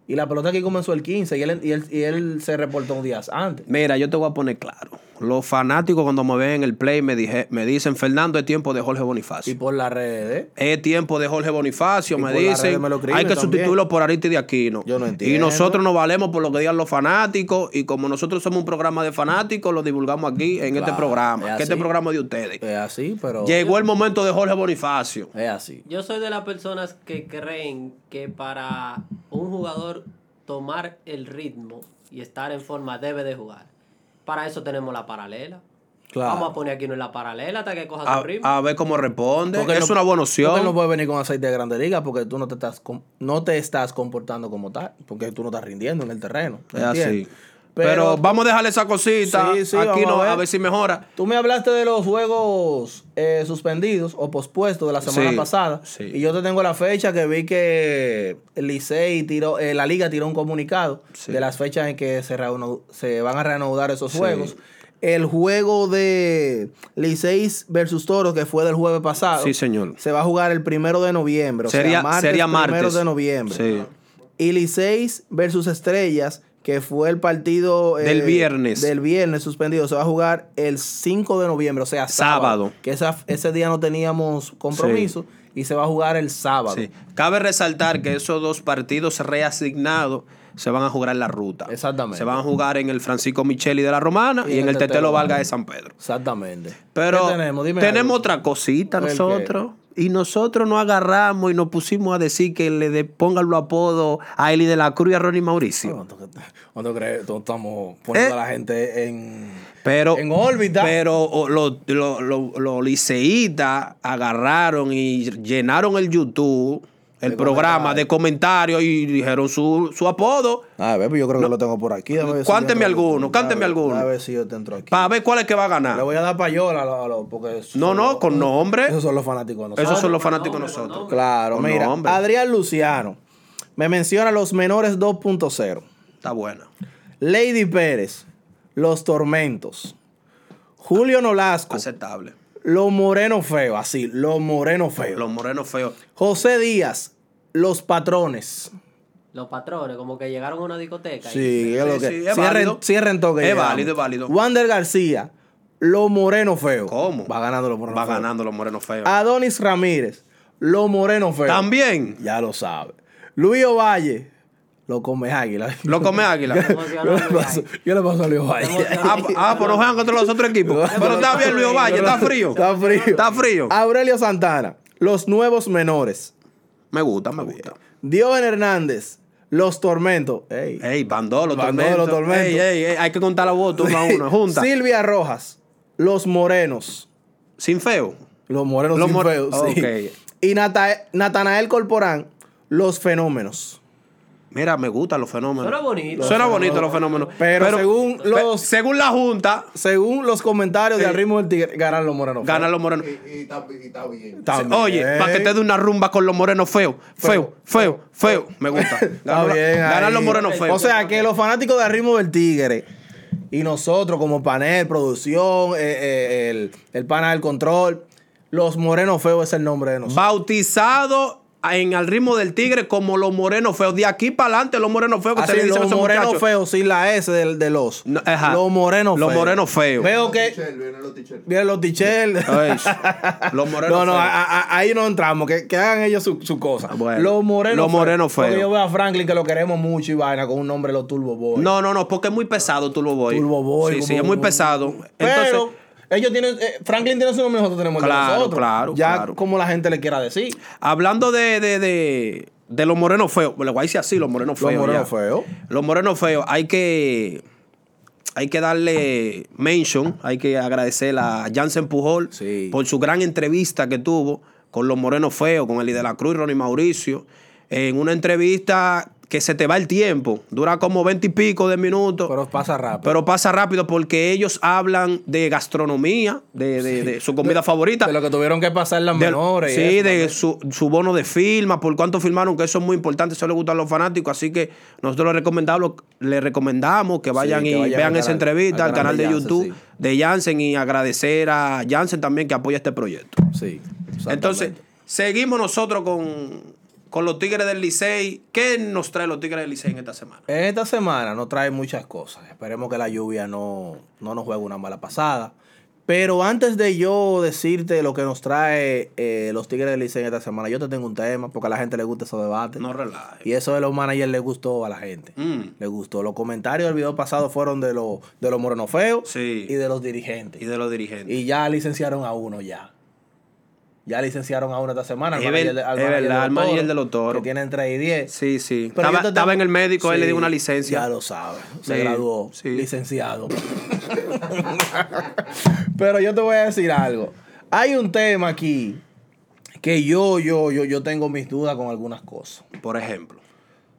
Speaker 2: y la pelota aquí comenzó el 15 y él, y él, y él se reportó un día antes.
Speaker 1: Mira, yo te voy a poner claro. Los fanáticos cuando me ven en el play me, dije, me dicen, Fernando, es tiempo de Jorge
Speaker 2: Y
Speaker 1: Bonifacio.
Speaker 2: por las redes.
Speaker 1: Es tiempo de Jorge Bonifacio,
Speaker 2: Y
Speaker 1: me
Speaker 2: por las
Speaker 1: dicen.
Speaker 2: redes me lo escriben
Speaker 1: Hay que
Speaker 2: también.
Speaker 1: sustituirlo por Aristi de Aquino.
Speaker 2: Yo no
Speaker 1: Y
Speaker 2: entiendo.
Speaker 1: nosotros nos valemos por lo que digan los fanáticos. Y como nosotros somos un programa de fanáticos, lo divulgamos aquí en este
Speaker 2: Claro,
Speaker 1: programa.
Speaker 2: es
Speaker 1: Que este
Speaker 2: así.
Speaker 1: programa es de ustedes.
Speaker 2: Es así, pero.
Speaker 1: Llegó el momento de Jorge Bonifacio.
Speaker 2: Es así.
Speaker 3: Yo soy de las personas que creen que para un jugador tomar el ritmo y estar en forma debe de jugar. Para eso tenemos la paralela.
Speaker 2: Claro.
Speaker 3: Vamos a poner aquí en la paralela hasta que coja
Speaker 1: A,
Speaker 3: su ritmo.
Speaker 1: a ver cómo responde.
Speaker 2: Porque
Speaker 1: es
Speaker 2: no-
Speaker 1: una buena
Speaker 2: Porque no
Speaker 1: opción.
Speaker 2: puedes venir con aceite de grande liga porque tú no te estás com- no te estás comportando como tal, porque tú no estás rindiendo en el terreno.
Speaker 1: Es
Speaker 2: ¿entiendes?
Speaker 1: así. Pero, vamos a dejarle esa cosita.
Speaker 2: Sí, sí,
Speaker 1: aquí
Speaker 2: vamos
Speaker 1: no,
Speaker 2: a ver.
Speaker 1: a ver si mejora.
Speaker 2: tú me hablaste de los juegos eh, suspendidos o pospuestos de la semana
Speaker 1: Sí,
Speaker 2: pasada.
Speaker 1: sí.
Speaker 2: Y yo te tengo la fecha que vi que el Licey tiró, eh, la liga tiró un comunicado
Speaker 1: Sí.
Speaker 2: de las fechas en que se, reanu- se van a reanudar esos
Speaker 1: Sí.
Speaker 2: juegos. El juego de Licey versus Toros, que fue del jueves pasado.
Speaker 1: Sí, señor.
Speaker 2: Se va a jugar el primero de noviembre. o sea,
Speaker 1: sería
Speaker 2: martes,
Speaker 1: sería martes.
Speaker 2: Primero de noviembre.
Speaker 1: Sí.
Speaker 2: Y Liceis versus Estrellas, que fue el partido eh,
Speaker 1: Del viernes.
Speaker 2: Del viernes suspendido. Se va a jugar el 5 de noviembre, o sea, sábado.
Speaker 1: Sábado.
Speaker 2: Que esa- ese día no teníamos compromiso. Y se va a jugar el sábado.
Speaker 1: Sí. Cabe resaltar que esos dos partidos reasignados se van a jugar en la ruta.
Speaker 2: Exactamente.
Speaker 1: Se van a jugar en el Francisco Micheli de la Romana y, en el Tetelo, Valga de San Pedro.
Speaker 2: Exactamente.
Speaker 1: Pero
Speaker 2: ¿Qué tenemos? Dime algo.
Speaker 1: otra cosita
Speaker 2: ¿El qué?
Speaker 1: nosotros. Y nosotros nos agarramos y nos pusimos a decir que le de- pongan los apodos a Eli de la Cruz y a Ronnie Mauricio.
Speaker 2: No, no, no, no creo, no estamos poniendo
Speaker 1: ¿Eh?
Speaker 2: a la gente en,
Speaker 1: Pero,
Speaker 2: en órbita.
Speaker 1: pero o, los lo, lo- los liceístas agarraron y llenaron el YouTube, el
Speaker 2: De
Speaker 1: programa de comentarios y dijeron su, su apodo
Speaker 2: a ver, pues yo creo que lo tengo por aquí. déjame ver si yo
Speaker 1: Cánteme
Speaker 2: entro aquí.
Speaker 1: alguno, cánteme
Speaker 2: A ver,
Speaker 1: alguno.
Speaker 2: A ver si yo te entro aquí.
Speaker 1: para ver cuál es que va a
Speaker 2: Le
Speaker 1: ganar.
Speaker 2: voy a dar payola a los. a los- porque esos
Speaker 1: No,
Speaker 2: son
Speaker 1: no,
Speaker 2: los-
Speaker 1: con nombre.
Speaker 2: Esos son los fanáticos de nosotros.
Speaker 1: Esos son los
Speaker 3: Con
Speaker 1: fanáticos
Speaker 3: nombre, con
Speaker 1: nosotros.
Speaker 3: nombre.
Speaker 2: Claro,
Speaker 1: Con
Speaker 2: mira.
Speaker 1: nombre.
Speaker 2: Adrián Luciano me menciona los menores 2.0.
Speaker 1: Está buena.
Speaker 2: Lady Pérez, los tormentos. Julio Nolasco,
Speaker 1: Aceptable.
Speaker 2: los morenos feos. Así, los morenos feos.
Speaker 1: Los morenos feos.
Speaker 2: José Díaz, los patrones.
Speaker 3: Los patrones, como que llegaron a una discoteca. y-
Speaker 2: Sí, es lo
Speaker 1: sí,
Speaker 2: que.
Speaker 1: sí, es
Speaker 2: cierren,
Speaker 1: válido.
Speaker 2: cierren toque.
Speaker 1: Es
Speaker 2: llegamos.
Speaker 1: válido, es válido.
Speaker 2: Wander García, los morenos feos.
Speaker 1: ¿Cómo?
Speaker 2: Va ganando los morenos
Speaker 1: Va
Speaker 2: feos. Ah,
Speaker 1: ganando los morenos feos.
Speaker 2: Adonis Ramírez, los morenos feos.
Speaker 1: También
Speaker 2: Ya lo sabe. Luis Ovalle, lo come águila.
Speaker 1: lo come Águila.
Speaker 2: Yo le paso, yo le paso a Luis Ovalle.
Speaker 1: Ah, p- ah, pero no juegan contra los otros equipos. Pero está bien, Luis Valle, está frío.
Speaker 2: Está frío.
Speaker 1: Está frío.
Speaker 2: Aurelio Santana, los nuevos menores.
Speaker 1: Me gusta, me gusta.
Speaker 2: Dioven Hernández, los tormentos. Ey.
Speaker 1: Ey, Bandolo,
Speaker 2: Bandolo,
Speaker 1: Tormento.
Speaker 2: Tormento.
Speaker 1: Ey, ey, ey, hay que contar la voz uno a uno, junta.
Speaker 2: Silvia Rojas, los morenos.
Speaker 1: Sin feo.
Speaker 2: Los morenos
Speaker 1: Los
Speaker 2: sin
Speaker 1: more-
Speaker 2: feos, sí.
Speaker 1: Ok.
Speaker 2: Y Nata- Natanael Corporán, los fenómenos.
Speaker 1: Mira, me gustan los fenómenos.
Speaker 3: Suena bonito.
Speaker 1: Suena bonito los fenómenos.
Speaker 2: Pero según
Speaker 1: pe-
Speaker 2: los-
Speaker 1: según la Junta,
Speaker 2: Según los comentarios de
Speaker 1: Sí.
Speaker 2: Al ritmo del tigre, ganan los morenos. feos.
Speaker 1: ganan los morenos.
Speaker 4: Y, y está, y está bien.
Speaker 2: También.
Speaker 1: Oye, para que te dé una rumba con los morenos feos. Feo, feo, feo. Me gusta.
Speaker 2: Está
Speaker 1: Ganan,
Speaker 2: bien
Speaker 1: ganan
Speaker 2: ahí.
Speaker 1: los morenos feos.
Speaker 2: O sea, que los fanáticos de Ritmo del Tigre y nosotros como panel, producción, eh, eh, el, el pana del control, los morenos feos es el nombre de nosotros.
Speaker 1: bautizado en al ritmo del tigre como los morenos feos. De aquí para adelante, los morenos feos que
Speaker 2: Así,
Speaker 1: ustedes le dicen a
Speaker 2: los
Speaker 1: esos
Speaker 2: morenos
Speaker 1: muchachos.
Speaker 2: feos, sin la S del- de, los.
Speaker 1: No, ajá.
Speaker 2: Los morenos
Speaker 1: Los
Speaker 2: feos.
Speaker 1: morenos feos.
Speaker 2: Veo que
Speaker 4: Tichel, vienen los tichel.
Speaker 2: vienen los tichel.
Speaker 1: Ay, los morenos
Speaker 2: No, no, ah,
Speaker 1: feos.
Speaker 2: a- a- ahí no entramos, que, que hagan ellos su, su cosa.
Speaker 1: Bueno,
Speaker 2: los morenos
Speaker 1: los morenos feos.
Speaker 2: Porque yo veo a Franklin que lo queremos mucho y vaina con un nombre, los Turbo Boys.
Speaker 1: No, no, no, porque es muy pesado Turbo Boy.
Speaker 2: ah. Turbo Boy.
Speaker 1: Sí,
Speaker 2: como-
Speaker 1: sí, es muy pesado. Entonces,
Speaker 2: Pero ellos tienen. eh, Franklin tiene su nombre, nosotros tenemos el de
Speaker 1: Claro,
Speaker 2: nosotros.
Speaker 1: claro,
Speaker 2: Ya
Speaker 1: claro.
Speaker 2: como la gente le quiera decir.
Speaker 1: hablando de, de, de, de los morenos feos, le voy a decir así, los morenos feos.
Speaker 2: Los morenos
Speaker 1: ya.
Speaker 2: feos.
Speaker 1: Los morenos feos, hay que, hay que darle mention, hay que agradecer a Jansen Pujol
Speaker 2: Sí.
Speaker 1: por su gran entrevista que tuvo con los morenos feos, con Eli de la Cruz y Ronnie Mauricio. En una entrevista que se te va el tiempo, dura como veinte y pico de minutos.
Speaker 2: Pero pasa rápido.
Speaker 1: Pero pasa rápido porque ellos hablan de gastronomía, de, de- de su comida favorita.
Speaker 2: de lo que tuvieron que pasar las
Speaker 1: de-
Speaker 2: menores. y
Speaker 1: sí,
Speaker 2: eso
Speaker 1: de
Speaker 2: también.
Speaker 1: su, su bono de firma, por cuánto firmaron, que eso es muy importante, eso le gusta a los fanáticos. Así que nosotros les recomendamos, les recomendamos que vayan
Speaker 2: que
Speaker 1: y
Speaker 2: vayan
Speaker 1: vean
Speaker 2: al
Speaker 1: esa
Speaker 2: canal-
Speaker 1: entrevista al canal de,
Speaker 2: Jansen,
Speaker 1: YouTube
Speaker 2: sí.
Speaker 1: de Jansen y agradecer a Jansen también que apoya este proyecto.
Speaker 2: Sí. exactamente.
Speaker 1: Entonces, seguimos nosotros con, con los Tigres del Licey. ¿Qué nos trae los Tigres del Licey en esta semana?
Speaker 2: En esta semana nos trae muchas cosas. Esperemos que la lluvia no, no nos juegue una mala pasada. Pero antes de yo decirte lo que nos trae eh, los Tigres del Licey en esta semana, yo te tengo un tema porque a la gente le gusta esos debates.
Speaker 1: No relaje.
Speaker 2: Y eso de los managers le gustó a la gente.
Speaker 1: Mm.
Speaker 2: Le gustó. Los comentarios del video pasado fueron de los de los moronofeos
Speaker 1: Sí.
Speaker 2: y de los dirigentes.
Speaker 1: Y de los dirigentes.
Speaker 2: Y ya licenciaron a uno ya. Ya licenciaron a uno esta semana. al
Speaker 1: Es
Speaker 2: manager
Speaker 1: ver-
Speaker 2: de-
Speaker 1: es verdad, al manager de los toros.
Speaker 2: Que tienen 3 y 10.
Speaker 1: Sí, sí.
Speaker 2: Pero
Speaker 1: estaba,
Speaker 2: yo te-
Speaker 1: estaba en el médico, él le
Speaker 2: Sí,
Speaker 1: dio una licencia.
Speaker 2: Ya lo sabe. Se
Speaker 1: Sí,
Speaker 2: graduó.
Speaker 1: sí.
Speaker 2: Licenciado. Pero yo te voy a decir algo. Hay un tema aquí que yo, yo, yo, yo tengo mis dudas con algunas cosas.
Speaker 1: Por ejemplo.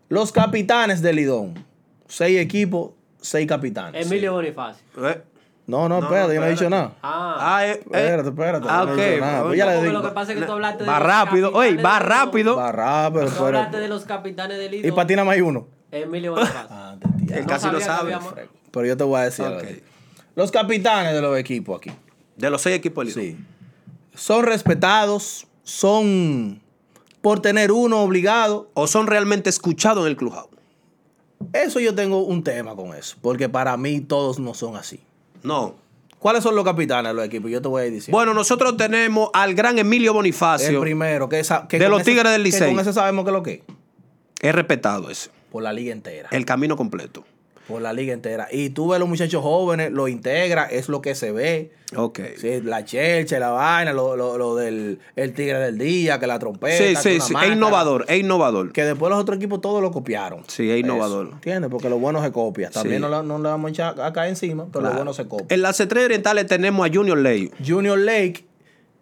Speaker 2: Los capitanes del Lidón. Seis equipos, seis capitanes.
Speaker 3: Emilio Bonifacio.
Speaker 1: Eh,
Speaker 2: No, no,
Speaker 1: No,
Speaker 2: espérate, yo no
Speaker 1: espérate.
Speaker 2: he dicho nada.
Speaker 3: Ah.
Speaker 1: Ah, eh, eh,
Speaker 2: Espérate, espérate.
Speaker 1: Ah,
Speaker 2: yo no
Speaker 1: ok.
Speaker 2: he dicho nada. Pues ya le
Speaker 3: Porque
Speaker 2: digo.
Speaker 3: lo que pasa es que tú hablaste de
Speaker 1: va
Speaker 3: los
Speaker 1: rápido.
Speaker 3: capitanes
Speaker 1: Oye, va
Speaker 3: del-
Speaker 1: rápido.
Speaker 2: Barra, pero,
Speaker 3: Tú
Speaker 2: pero-
Speaker 3: hablaste de los capitanes del
Speaker 2: Y Ah,
Speaker 3: Lido.
Speaker 2: patina más hay uno.
Speaker 3: Emilio Bonifacio.
Speaker 1: Él
Speaker 3: No
Speaker 1: casi lo
Speaker 3: sabía que
Speaker 1: sabe.
Speaker 3: había más.
Speaker 2: Pero yo te voy a decir algo
Speaker 1: Ok.
Speaker 2: a ti. Los capitanes de los equipos aquí.
Speaker 1: De los seis equipos del
Speaker 2: Sí. Son respetados, son por tener uno obligado.
Speaker 1: O son realmente escuchados en el clubhouse.
Speaker 2: Eso yo tengo un tema con eso, porque para mí todos no son así.
Speaker 1: No.
Speaker 2: ¿Cuáles son los capitanes de los equipos? Yo te voy a ir diciendo.
Speaker 1: Bueno, nosotros tenemos al gran Emilio
Speaker 2: el
Speaker 1: Bonifacio.
Speaker 2: primero, que, esa- que
Speaker 1: De
Speaker 2: con
Speaker 1: los
Speaker 2: ese-
Speaker 1: Tigres del
Speaker 2: que
Speaker 1: Licey.
Speaker 2: Con ese sabemos que lo que es.
Speaker 1: Es respetado ese.
Speaker 2: Por la liga entera.
Speaker 1: El camino completo.
Speaker 2: Por la liga entera. Y tú ves los muchachos jóvenes, lo integra, es lo que se ve.
Speaker 1: Ok.
Speaker 2: Sí, la chelcha, la vaina, lo, lo- lo del el tigre del día, que la trompeta.
Speaker 1: Sí,
Speaker 2: que
Speaker 1: sí,
Speaker 2: pues, una
Speaker 1: sí. Es
Speaker 2: máscara.
Speaker 1: innovador. Es innovador.
Speaker 2: Que después los otros equipos todos lo copiaron.
Speaker 1: Sí, es innovador.
Speaker 2: Eso, ¿Entiendes? Porque lo bueno se copia. También
Speaker 1: Sí.
Speaker 2: no, la- no le vamos a echar acá encima, pero lo
Speaker 1: Claro.
Speaker 2: bueno se copia.
Speaker 1: En las estrellas orientales tenemos a Junior Ley.
Speaker 2: Junior Lake,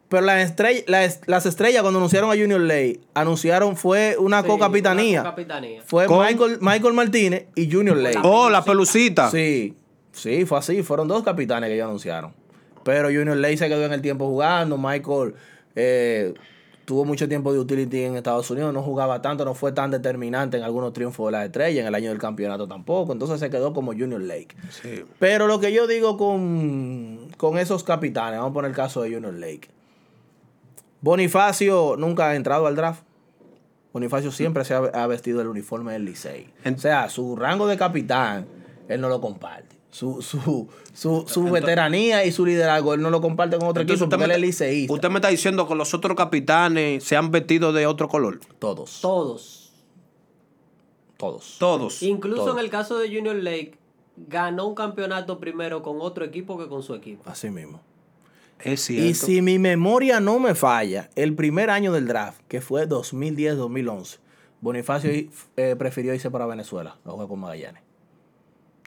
Speaker 2: pero la estrella, la es- las estrellas cuando anunciaron a Junior Lake, anunciaron fue una
Speaker 3: Sí,
Speaker 2: cocapitanía.
Speaker 3: una cocapitanía.
Speaker 2: Fue
Speaker 1: Con-
Speaker 2: Michael, Michael Martínez y Junior Lake.
Speaker 1: Oh, la pelucita.
Speaker 2: Sí, sí, fue así. Fueron dos capitanes que ellos anunciaron. Pero Junior Ley se quedó en el tiempo jugando. Michael eh, tuvo mucho tiempo de utility en Estados Unidos. No jugaba tanto, no fue tan determinante en algunos triunfos de las estrellas, en el año del campeonato tampoco. Entonces se quedó como Junior Lake.
Speaker 1: Sí.
Speaker 2: Pero lo que yo digo con, con esos capitanes, vamos a poner el caso de Junior Lake. Bonifacio nunca ha entrado al draft. Bonifacio siempre se ha, ha vestido el uniforme del Licey.
Speaker 1: En-
Speaker 2: O sea, su rango de capitán, él no lo comparte. Su, su, su, su veteranía y su liderazgo, él no lo comparte con otro
Speaker 1: Entonces,
Speaker 2: equipo porque él es
Speaker 1: está-
Speaker 2: liceísta.
Speaker 1: usted me está diciendo que los otros capitanes se han vestido de otro color.
Speaker 2: Todos,
Speaker 3: Todos.
Speaker 2: todos.
Speaker 1: Todos.
Speaker 3: Incluso
Speaker 2: Todos.
Speaker 3: en el caso de Junior Lake, ganó un campeonato primero con otro equipo que con su equipo.
Speaker 2: Así mismo.
Speaker 1: Es cierto.
Speaker 2: Y si mi memoria no me falla, el primer año del draft, que fue 2010-2011, Bonifacio eh, prefirió irse para Venezuela a jugar con Magallanes.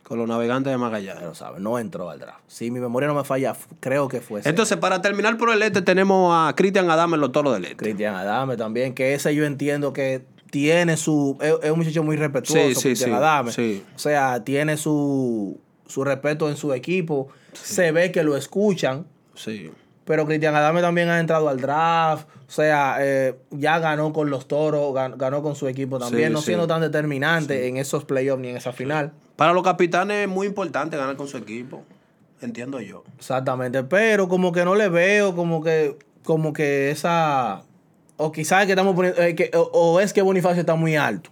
Speaker 1: Con los navegantes de
Speaker 2: Ya
Speaker 1: Magallanes.
Speaker 2: lo sabe, no entró al draft. Si mi memoria no me falla, f- creo que fue ese.
Speaker 1: Entonces, para terminar por el este, tenemos a Cristian Adame en los toros del este.
Speaker 2: Cristian Adame también, que ese yo entiendo que tiene su. Es, es un muchacho muy respetuoso,
Speaker 1: Sí, sí,
Speaker 2: Cristian
Speaker 1: sí,
Speaker 2: Adame.
Speaker 1: sí.
Speaker 2: O sea, tiene su, su respeto en su equipo. Se ve que lo escuchan.
Speaker 1: Sí.
Speaker 2: Pero Cristian Adame también ha entrado al draft. O sea, eh, ya ganó con los toros, gan- ganó con su equipo también,
Speaker 1: Sí,
Speaker 2: no
Speaker 1: sí.
Speaker 2: siendo tan determinante en esos playoffs ni en esa final.
Speaker 1: Para los capitanes es muy importante ganar con su equipo. Entiendo yo.
Speaker 2: Exactamente. Pero como que no le veo, como que, como que esa, o quizás que estamos poniendo, eh, que- o, o es que Bonifacio está muy alto.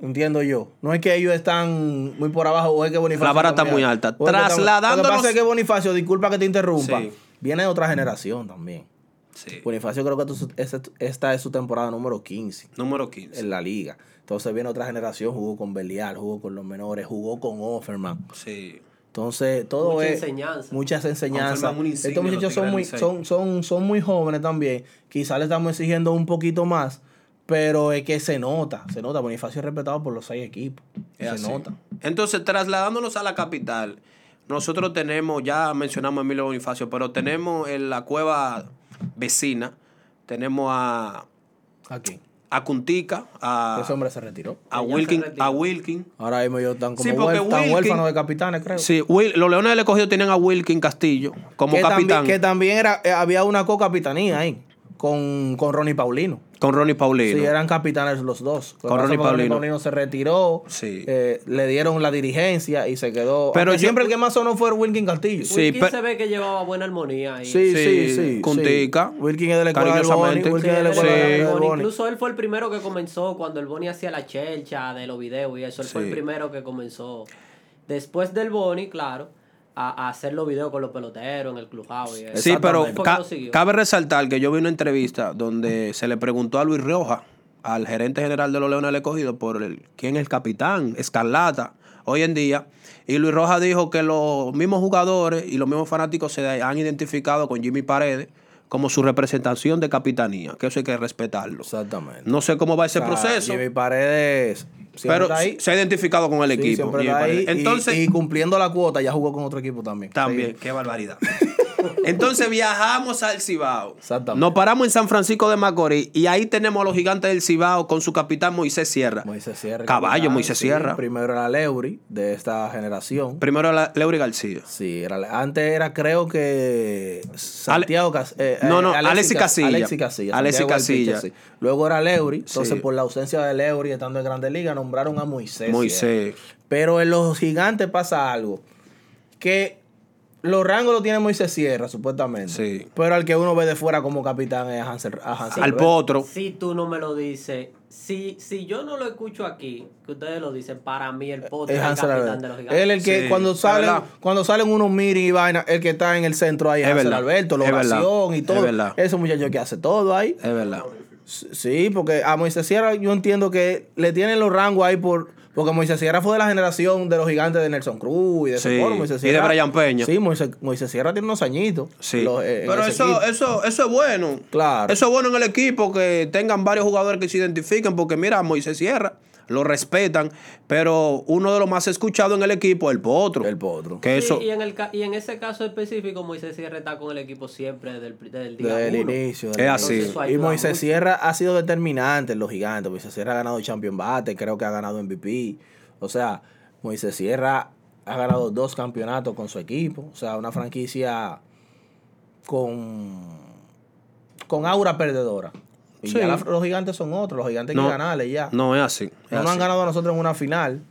Speaker 2: Entiendo yo. No es que ellos están muy por abajo o es que Bonifacio.
Speaker 1: La vara está muy alta.
Speaker 2: O es que estamos- Lo que
Speaker 1: Trasladándonos-
Speaker 2: pasa es que Bonifacio, disculpa que te interrumpa,
Speaker 1: Sí. Mm.
Speaker 2: viene de otra generación también.
Speaker 1: Sí.
Speaker 2: Bonifacio creo que esto es- esta- esta es su temporada número 15
Speaker 1: Número 15.
Speaker 2: en la liga. Entonces viene otra generación, jugó con Belial, jugó con los menores, jugó con Offerman.
Speaker 1: Sí.
Speaker 2: Entonces, todo
Speaker 3: Mucha
Speaker 2: es
Speaker 3: enseñanza.
Speaker 2: muchas enseñanzas.
Speaker 1: Offerman, un insignia
Speaker 2: Estos
Speaker 1: de los
Speaker 2: muchachos son
Speaker 1: Tigres
Speaker 2: muy,
Speaker 1: del Licey.
Speaker 2: son, son, son muy jóvenes también. Quizás le estamos exigiendo un poquito más, pero es que se nota, se nota. Bonifacio es respetado por los seis equipos.
Speaker 1: Es
Speaker 2: se
Speaker 1: así.
Speaker 2: nota.
Speaker 1: Entonces, trasladándonos a la capital, nosotros tenemos, ya mencionamos a Emilio Bonifacio, pero tenemos en la cueva vecina, tenemos a,
Speaker 2: Aquí.
Speaker 1: a Cuntica, a,
Speaker 2: Ese hombre se retiró.
Speaker 1: a
Speaker 3: Ella se
Speaker 1: Wilkin,
Speaker 3: retiró.
Speaker 1: a Wilkin.
Speaker 2: Ahora mismo ellos están como
Speaker 1: Sí, porque
Speaker 2: huérf- están
Speaker 1: Wilkin-
Speaker 2: huérfanos de capitanes, creo.
Speaker 1: Sí, Wil- los Leones del Escogido tienen a Wilkin Castillo como
Speaker 2: que
Speaker 1: capitán
Speaker 2: También, que también era, eh, había una co-capitanía ahí con, con Ronnie Paulino.
Speaker 1: con Ronnie Paulino.
Speaker 2: Sí, eran capitanes los dos. Lo que
Speaker 1: Con
Speaker 2: pasa
Speaker 1: Ronnie
Speaker 2: es que
Speaker 1: Paulino.
Speaker 2: se retiró.
Speaker 1: Sí.
Speaker 2: eh, le dieron la dirigencia y se quedó.
Speaker 1: Pero
Speaker 2: Pero
Speaker 1: yo-
Speaker 2: siempre el que más sonó fue Wilkin Castillo.
Speaker 1: Sí,
Speaker 3: Wilkin
Speaker 1: pe-
Speaker 3: se ve que llevaba buena armonía ahí.
Speaker 1: sí, sí, Contica,
Speaker 2: Wilkin es de la escuela del Boni.
Speaker 1: cariñosamente.
Speaker 2: Wilkin es de la
Speaker 3: él
Speaker 1: Sí.
Speaker 2: escuela del
Speaker 3: era
Speaker 2: Boni.
Speaker 3: Boni. Incluso él fue el primero que comenzó cuando el Boni hacía la chelcha de los videos y eso. Él fue
Speaker 1: Sí.
Speaker 3: el primero que comenzó. Después del Boni, claro, a, a hacer los videos con los peloteros en el clubhouse. y eso.
Speaker 1: Sí, pero
Speaker 3: Después
Speaker 1: ca-
Speaker 3: lo siguió.
Speaker 1: cabe resaltar que yo vi una entrevista donde se le preguntó a Luis Roja, al gerente general de los Leones del Escogido, por el, quién es el capitán, Escarlata, hoy en día. Y Luis Roja dijo que los mismos jugadores y los mismos fanáticos se han identificado con Jimmy Paredes como su representación de capitanía, que eso hay que respetarlo.
Speaker 2: Exactamente.
Speaker 1: No sé cómo va ese
Speaker 2: O sea,
Speaker 1: proceso,
Speaker 2: Ah, Jimmy Paredes. siempre
Speaker 1: pero
Speaker 2: está ahí.
Speaker 1: se ha identificado con el
Speaker 2: Sí,
Speaker 1: equipo.
Speaker 2: siempre
Speaker 1: Jimmy
Speaker 2: está ahí.
Speaker 1: Paredes.
Speaker 2: Y-
Speaker 1: Entonces,
Speaker 2: y, cumpliendo la cuota, ya jugó con otro equipo también.
Speaker 1: También,
Speaker 2: Sí.
Speaker 1: qué barbaridad. Entonces viajamos al Cibao.
Speaker 2: Exactamente.
Speaker 1: Nos paramos en San Francisco de Macorís y ahí tenemos a los gigantes del Cibao con su capitán Moisés Sierra.
Speaker 2: Moisés Sierra.
Speaker 1: Caballo,
Speaker 2: capitán,
Speaker 1: Moisés
Speaker 2: sí.
Speaker 1: Sierra.
Speaker 2: Primero era Leury, de esta generación.
Speaker 1: Primero la- Leury García.
Speaker 2: Sí, era, antes era creo que Santiago Cas- eh, eh,
Speaker 1: no, no, Alexis
Speaker 2: Cas-
Speaker 1: Casilla.
Speaker 2: Alexis Casilla.
Speaker 1: Alexis
Speaker 2: Santiago del
Speaker 1: Casilla.
Speaker 2: Pitcher, sí. Luego era Leury. Entonces,
Speaker 1: Sí.
Speaker 2: por la ausencia de Leury estando en Grandes Ligas, nombraron a Moisés.
Speaker 1: Moisés.
Speaker 2: ¿sí? Pero en los gigantes pasa algo. Que los rangos los tiene Moisés Sierra, supuestamente.
Speaker 1: Sí.
Speaker 2: Pero al que uno ve de fuera como capitán es a Hansel, a Hansel
Speaker 1: Al
Speaker 2: Rey.
Speaker 1: potro.
Speaker 3: Si tú no me lo dices, si, si yo no lo escucho aquí, que ustedes lo dicen, para mí el potro
Speaker 2: Es
Speaker 3: es el
Speaker 2: Hansel
Speaker 3: capitán
Speaker 2: Alberto.
Speaker 3: de los gigantes.
Speaker 2: Él el que
Speaker 1: Sí,
Speaker 2: cuando
Speaker 1: es
Speaker 2: salen,
Speaker 1: verdad.
Speaker 2: cuando salen unos miris y vaina, el que está en el centro ahí es,
Speaker 1: Es
Speaker 2: Hansel
Speaker 1: verdad,
Speaker 2: Alberto, la
Speaker 1: es verdad,
Speaker 2: oración y
Speaker 1: es
Speaker 2: todo.
Speaker 1: verdad.
Speaker 2: Ese muchacho que hace todo ahí.
Speaker 1: Es verdad.
Speaker 2: Sí, porque a Moisés Sierra yo entiendo que le tienen los rangos ahí por. Porque Moisés Sierra fue de la generación de los gigantes de Nelson Cruz y de ese
Speaker 1: Sí,
Speaker 2: coro, Moisés
Speaker 1: y de
Speaker 2: Sierra-
Speaker 1: Brian Peña.
Speaker 2: Sí, Moisés, Moisés Sierra tiene unos añitos.
Speaker 1: Sí.
Speaker 2: los- eh, en
Speaker 1: Pero
Speaker 2: ese
Speaker 1: eso,
Speaker 2: equipo.
Speaker 1: eso, eso es bueno.
Speaker 2: Claro.
Speaker 1: Eso es bueno en el equipo, que tengan varios jugadores que se identifiquen, porque mira, a Moisés Sierra lo respetan, pero uno de los más escuchados en el equipo es el potro.
Speaker 2: El potro.
Speaker 1: Que
Speaker 3: Sí,
Speaker 1: eso,
Speaker 3: y, en el, ca- y en ese caso específico, Moisés Sierra está con el equipo siempre desde el, pri- desde el día
Speaker 2: Desde el
Speaker 3: uno.
Speaker 2: inicio.
Speaker 1: Es
Speaker 2: desde el
Speaker 1: así.
Speaker 2: inicio.
Speaker 3: Eso
Speaker 2: Y
Speaker 3: ayuda
Speaker 2: Moisés
Speaker 3: mucho.
Speaker 2: Sierra ha sido determinante en los gigantes. Moisés Sierra ha ganado Champion Bate, creo que ha ganado MVP. O sea, Moisés Sierra ha ganado dos campeonatos con su equipo. O sea, una franquicia con, con aura perdedora. Y
Speaker 1: Sí.
Speaker 2: ya la- los gigantes son otros. Los gigantes hay
Speaker 1: No.
Speaker 2: que ganarles ya. No,
Speaker 1: no es así. es
Speaker 2: nos
Speaker 1: así.
Speaker 2: han ganado a nosotros en una final.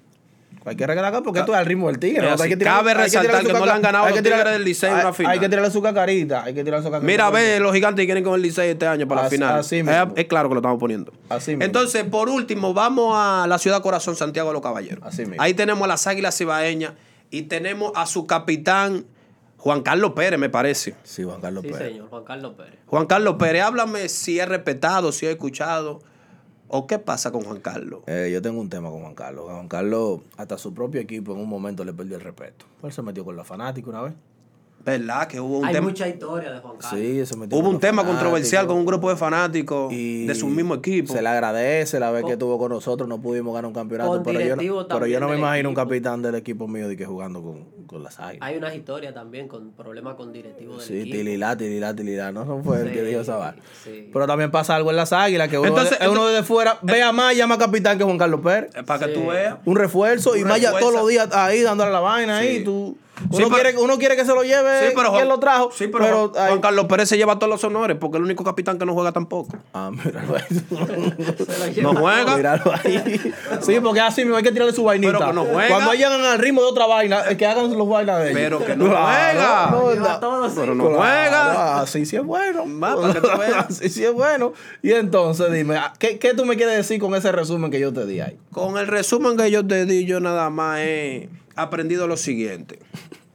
Speaker 2: Hay que regalar acá porque esto es al ritmo del tigre.
Speaker 1: Es
Speaker 2: Hay que
Speaker 1: así.
Speaker 2: tirar-
Speaker 1: Cabe
Speaker 2: hay que
Speaker 1: resaltar
Speaker 2: tirarle su
Speaker 1: que no le han
Speaker 2: caca-
Speaker 1: ganado
Speaker 2: hay
Speaker 1: los
Speaker 2: que tirarle-
Speaker 1: Tigres del Licey en
Speaker 2: hay-
Speaker 1: una
Speaker 2: Hay
Speaker 1: final.
Speaker 2: que tirarle su cacarita. Hay que tirarle su cacarita.
Speaker 1: Mira, ve los gigantes que vienen con el Licey este año para
Speaker 2: Así-
Speaker 1: la final.
Speaker 2: así
Speaker 1: Es-
Speaker 2: mismo.
Speaker 1: Es, claro que lo estamos poniendo.
Speaker 2: Así mismo.
Speaker 1: Entonces, por último, vamos a la ciudad corazón, Santiago de los Caballeros.
Speaker 2: Así mismo.
Speaker 1: Ahí tenemos a las Águilas Cibaeñas y tenemos a su capitán, Juan Carlos Pérez, me parece.
Speaker 2: Sí, Juan Carlos
Speaker 1: pues.
Speaker 3: Sí,
Speaker 2: Pérez.
Speaker 3: señor, Juan Carlos Pérez.
Speaker 1: Juan Carlos Pérez, háblame si es respetado, si es escuchado. ¿O qué pasa con Juan Carlos?
Speaker 2: Eh, yo tengo un tema con Juan Carlos. Juan Carlos, hasta su propio equipo en un momento le perdió el respeto. Él se metió con los fanáticos una vez.
Speaker 1: ¿Verdad? Que hubo un
Speaker 3: Hay
Speaker 1: tema.
Speaker 3: mucha historia de Juan Carlos.
Speaker 2: Sí, se metió
Speaker 1: Hubo
Speaker 2: con
Speaker 1: un
Speaker 2: los
Speaker 1: tema
Speaker 2: fanáticos.
Speaker 1: controversial con un grupo de fanáticos
Speaker 2: Y
Speaker 1: de su mismo equipo.
Speaker 2: Se le agradece la vez que estuvo con nosotros. No pudimos ganar un campeonato.
Speaker 3: Con
Speaker 2: Pero yo,
Speaker 3: directivo
Speaker 2: no, pero yo
Speaker 3: también
Speaker 2: no me
Speaker 3: del
Speaker 2: imagino un
Speaker 3: equipo.
Speaker 2: capitán del equipo mío de que jugando con, con las águilas.
Speaker 3: Hay unas historias también con problemas con directivos del
Speaker 2: Sí,
Speaker 3: equipo.
Speaker 2: tililá, tililá, tililá. No, no fue el que
Speaker 3: Sí,
Speaker 2: dijo esa vaina.
Speaker 3: sí.
Speaker 2: Pero también pasa algo en las águilas que uno,
Speaker 1: Entonces,
Speaker 2: de, uno de fuera vea más y llama capitán que Juan Carlos Pérez.
Speaker 1: Eh, Para que
Speaker 3: Sí.
Speaker 1: tú veas.
Speaker 2: Un refuerzo y
Speaker 1: Un
Speaker 2: Maya
Speaker 1: refuerzo.
Speaker 2: todos los días ahí dándole la vaina
Speaker 1: Sí.
Speaker 2: ahí. Tú, Uno,
Speaker 1: pero-
Speaker 2: quiere, uno quiere que se lo lleve
Speaker 1: Sí, pero Juan-
Speaker 2: quien Eh, lo trajo.
Speaker 1: sí, pero Juan-
Speaker 2: ay.
Speaker 1: Juan Carlos Pérez se lleva todos los honores porque es el único capitán que no juega tampoco.
Speaker 2: Ah, míralo ahí.
Speaker 3: Se lo
Speaker 1: No
Speaker 3: lleva.
Speaker 1: juega.
Speaker 2: Míralo ahí. Sí, porque así mismo hay que tirarle su vainita.
Speaker 1: Pero que no juega.
Speaker 2: Cuando llegan al ritmo de otra vaina, eh, que hagan los vainas de ellos.
Speaker 1: Pero que no juega.
Speaker 2: no,
Speaker 3: Lleva
Speaker 2: no.
Speaker 3: a todos.
Speaker 1: Pero no
Speaker 2: Claro,
Speaker 1: juega.
Speaker 2: Así sí es bueno.
Speaker 1: Va, para que tú veas.
Speaker 2: Así sí es bueno. Y entonces dime, ¿qué, qué tú me quieres decir con ese resumen que yo te di ahí?
Speaker 1: Con el resumen que yo te di, yo nada más he aprendido lo siguiente.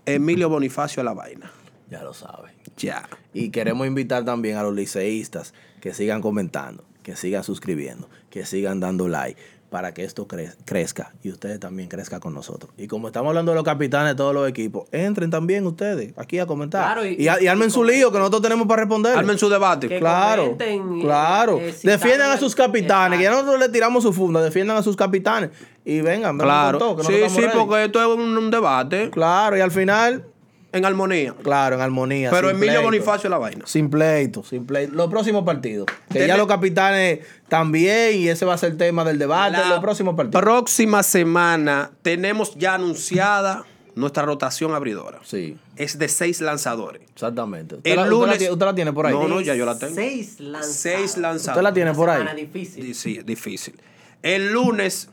Speaker 1: Emilio Bonifacio a la vaina.
Speaker 2: Ya lo sabes.
Speaker 1: Ya.
Speaker 2: Y queremos invitar también a los liceístas que sigan comentando, que sigan suscribiendo, que sigan dando like para que esto cre- crezca y ustedes también crezcan con nosotros. Y como estamos hablando de los capitanes de todos los equipos, entren también ustedes aquí a comentar.
Speaker 3: Claro, y-
Speaker 2: y, a- y armen su lío que nosotros tenemos para responder.
Speaker 1: Armen su debate.
Speaker 3: Que
Speaker 2: Claro,
Speaker 3: comenten, eh,
Speaker 2: claro.
Speaker 3: eh, si
Speaker 2: defiendan a
Speaker 3: saben-
Speaker 2: sus capitanes, que ya
Speaker 3: Exacto.
Speaker 2: nosotros le tiramos su funda, defiendan a sus capitanes y vengan, vengan
Speaker 1: Claro.
Speaker 2: con todo, que
Speaker 1: sí,
Speaker 2: nosotros
Speaker 1: sí,
Speaker 2: estamos ready.
Speaker 1: porque esto es un, un debate
Speaker 2: Claro, y al final,
Speaker 1: en armonía.
Speaker 2: claro, en armonía.
Speaker 1: Pero
Speaker 2: sin
Speaker 1: Emilio
Speaker 2: pleito.
Speaker 1: Bonifacio a la vaina.
Speaker 2: Sin pleito, sin pleito. Los próximos partidos. Que
Speaker 1: Tene-
Speaker 2: ya los capitanes también, y ese va a ser el tema del debate.
Speaker 1: La
Speaker 2: los próximos partidos.
Speaker 1: Próxima semana tenemos ya anunciada nuestra rotación abridora.
Speaker 2: Sí,
Speaker 1: Es de seis lanzadores.
Speaker 2: exactamente. Usted,
Speaker 1: El
Speaker 2: la, usted la
Speaker 1: lunes-
Speaker 2: tie- usted la tiene por ahí.
Speaker 1: No, no, ya yo la tengo.
Speaker 3: Seis lanzadores.
Speaker 1: Seis lanzadores.
Speaker 2: Usted la tiene por ahí.
Speaker 3: Semana difícil.
Speaker 1: Di- Sí, es difícil. El lunes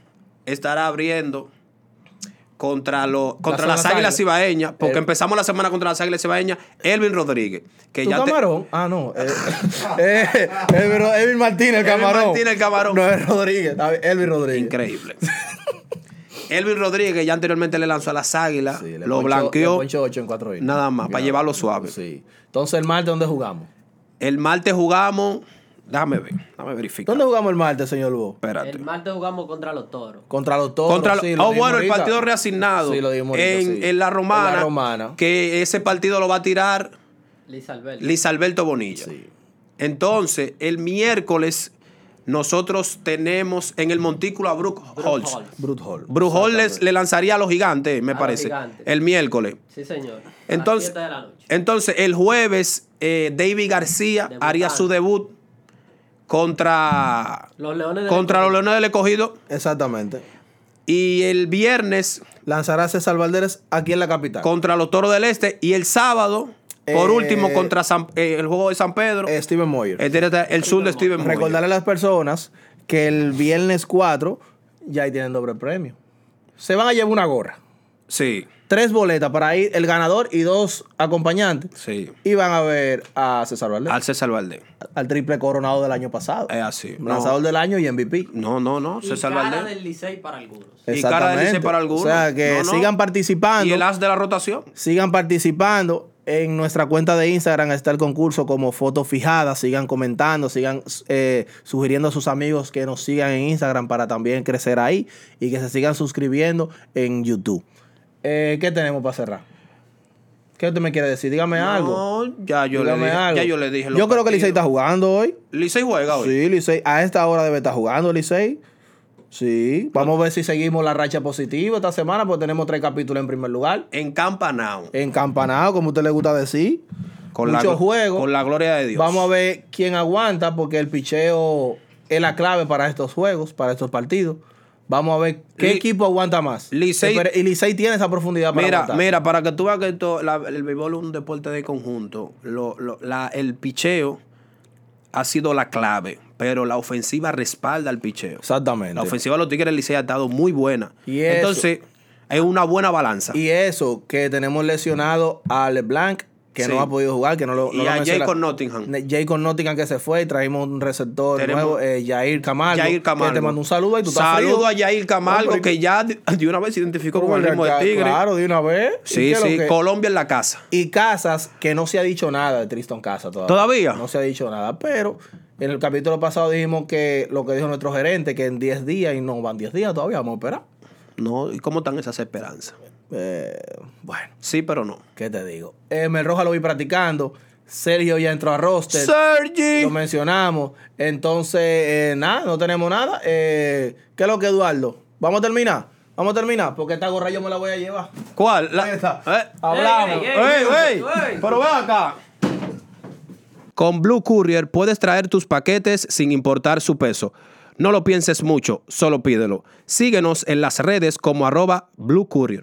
Speaker 1: estará abriendo contra, los contra
Speaker 2: Las
Speaker 1: las Águilas
Speaker 2: Águilas.
Speaker 1: Cibaeñas, porque
Speaker 2: Eh.
Speaker 1: empezamos la semana contra las Águilas Cibaeñas, Elvin Rodríguez, que
Speaker 2: ¿Tu
Speaker 1: ya te-
Speaker 2: camarón? Ah, no. Eh, eh, Elvin Ro- Elvin Martínez, el
Speaker 1: Elvin
Speaker 2: camarón.
Speaker 1: Martínez, el camarón.
Speaker 2: No, es Rodríguez. está bien, Elvin Rodríguez.
Speaker 1: increíble. Elvin Rodríguez ya anteriormente le lanzó a las Águilas,
Speaker 2: Sí, le
Speaker 1: lo
Speaker 2: ponchó- le
Speaker 1: blanqueó.
Speaker 2: ponchó ocho en cuatro innings.
Speaker 1: Nada más, para
Speaker 2: Claro.
Speaker 1: llevarlo suave.
Speaker 2: Sí. Entonces, el martes, ¿dónde jugamos?
Speaker 1: El martes jugamos, déjame ver, déjame verificar.
Speaker 2: ¿Dónde jugamos el martes, señor Lugo?
Speaker 1: Espérate.
Speaker 3: El martes jugamos contra los toros.
Speaker 2: Contra los toros.
Speaker 1: Contra
Speaker 2: sí, lo
Speaker 1: oh,
Speaker 2: dijimos
Speaker 1: bueno, el
Speaker 2: ahorita.
Speaker 1: partido reasignado
Speaker 2: Sí, lo dijimos ahorita,
Speaker 1: en,
Speaker 2: sí.
Speaker 1: en la romana,
Speaker 2: En la romana.
Speaker 1: que ese partido lo va a tirar
Speaker 3: Liz Alberto.
Speaker 1: Liz Alberto Bonilla.
Speaker 2: Sí.
Speaker 1: Entonces, el miércoles nosotros tenemos en el montículo a Brook Holtz.
Speaker 3: Holtz.
Speaker 2: Brut Hall.
Speaker 1: Brook Holtz les- le lanzaría a los gigantes, me
Speaker 3: A los
Speaker 1: parece,
Speaker 3: gigantes.
Speaker 1: el miércoles.
Speaker 3: Sí, señor. A las
Speaker 1: Entonces, eh,
Speaker 3: siete de la noche.
Speaker 1: entonces el jueves eh, David García
Speaker 3: Debutante.
Speaker 1: haría su debut contra,
Speaker 3: Los leones de
Speaker 1: contra los Leones del Escogido
Speaker 2: Exactamente.
Speaker 1: y el viernes
Speaker 2: Lanzará César Valderes aquí en la capital.
Speaker 1: contra los Toros del Este y el sábado, por
Speaker 2: Ah. Eh,
Speaker 1: último, contra San- eh, el juego de San Pedro,
Speaker 2: Eh, Steven Moyer.
Speaker 1: el, directa- el sur de Steven Moyer.
Speaker 2: Recordarle a las personas que el viernes 4 ya ahí tienen doble premio. Se van a llevar una gorra.
Speaker 1: Sí,
Speaker 2: Tres boletas para ir el ganador y dos acompañantes.
Speaker 1: sí.
Speaker 2: Y van a ver a César Valderes.
Speaker 1: Al César Valdés.
Speaker 2: al triple coronado del año pasado.
Speaker 1: Es así. No.
Speaker 2: Lanzador del año y MVP.
Speaker 1: No, no, no.
Speaker 3: Y
Speaker 1: César
Speaker 3: cara
Speaker 1: Valdés.
Speaker 3: del Licey para algunos.
Speaker 1: Y cara de Licey para algunos.
Speaker 2: O sea, que
Speaker 1: No, no.
Speaker 2: sigan participando.
Speaker 1: Y el as de la rotación.
Speaker 2: Sigan participando. En nuestra cuenta de Instagram está el concurso como foto fijada. Sigan comentando, sigan eh, sugiriendo a sus amigos que nos sigan en Instagram para también crecer ahí y que se sigan suscribiendo en YouTube. Eh, ¿Qué tenemos para cerrar? ¿Qué usted me quiere decir? Dígame algo.
Speaker 1: No, ya yo, le
Speaker 2: Dígame
Speaker 1: dije,
Speaker 2: algo.
Speaker 1: ya yo le dije. los
Speaker 2: Yo creo que Licey está
Speaker 1: partidos.
Speaker 2: jugando hoy.
Speaker 1: Licey juega hoy.
Speaker 2: Sí, Licey. A esta hora debe estar jugando Licey. Sí. Vamos a ver si seguimos la racha positiva esta semana porque tenemos tres capítulos en primer lugar.
Speaker 1: En Campanao.
Speaker 2: Encampanado, como a usted le gusta decir.
Speaker 1: Con
Speaker 2: Mucho
Speaker 1: la, glo-
Speaker 2: juego.
Speaker 1: Con la gloria de Dios.
Speaker 2: Vamos a ver quién aguanta, porque el picheo es la clave para estos juegos, para estos partidos. Vamos a ver qué
Speaker 1: Li-
Speaker 2: equipo aguanta más.
Speaker 1: Licey-
Speaker 2: Espera, Y Licey tiene esa profundidad para
Speaker 1: Mira,
Speaker 2: aguantar.
Speaker 1: mira, para que tú veas que esto- la- el béisbol es un deporte de conjunto, Lo- lo- la- el picheo ha sido la clave, pero la ofensiva respalda al picheo.
Speaker 2: Exactamente.
Speaker 1: La ofensiva de los Tigres del Licey ha estado muy buena.
Speaker 2: Y eso-
Speaker 1: Entonces, es una buena balanza.
Speaker 2: Y eso, que tenemos lesionado a LeBlanc, que
Speaker 1: Sí.
Speaker 2: no ha podido jugar, que no lo
Speaker 1: Y
Speaker 2: no lo
Speaker 1: a
Speaker 2: menciona-
Speaker 1: Jacob Nottingham.
Speaker 2: Ne- Jacob Nottingham que se fue y trajimos un receptor
Speaker 1: Tenemos-
Speaker 2: nuevo, eh, Jair Camargo.
Speaker 1: Yair Camargo.
Speaker 2: Que te mando un saludo y tú estás
Speaker 1: Saludo
Speaker 2: frío.
Speaker 1: a Yair Camargo,
Speaker 2: Hombre,
Speaker 1: que ya de de una vez se identificó con el ritmo de
Speaker 2: Claro,
Speaker 1: Tigre.
Speaker 2: Claro, de una vez. ¿Y qué
Speaker 1: Sí,
Speaker 2: es lo
Speaker 1: sí,
Speaker 2: que-
Speaker 1: Colombia en la casa.
Speaker 2: Y Casas, que no se ha dicho nada de Tristan Casas todavía.
Speaker 1: ¿Todavía?
Speaker 2: No se ha dicho nada, pero en el capítulo pasado dijimos que lo que dijo nuestro gerente, que en 10 días, y no van 10 días todavía, vamos a esperar.
Speaker 1: No, ¿y cómo están esas esperanzas?
Speaker 2: Eh, bueno,
Speaker 1: Sí, pero no.
Speaker 2: ¿qué te digo? Emel Roja lo vi practicando, Sergio ya entró a roster,
Speaker 1: Sergi.
Speaker 2: lo mencionamos, entonces, eh, nada, no tenemos nada. Eh, ¿Qué es lo que, Eduardo? ¿Vamos a terminar? Vamos a terminar, porque esta gorra yo me la voy a llevar.
Speaker 1: ¿Cuál? La-
Speaker 2: Ahí está. Ah,
Speaker 1: ¿Eh?
Speaker 2: Hablamos.
Speaker 3: Ey, ey,
Speaker 1: ¡Ey,
Speaker 3: ey,
Speaker 1: ey!
Speaker 3: ey.
Speaker 1: Pero ven acá. Con Blue Courier puedes traer tus paquetes sin importar su peso. No lo pienses mucho, solo pídelo. Síguenos en las redes como arroba Blue Courier.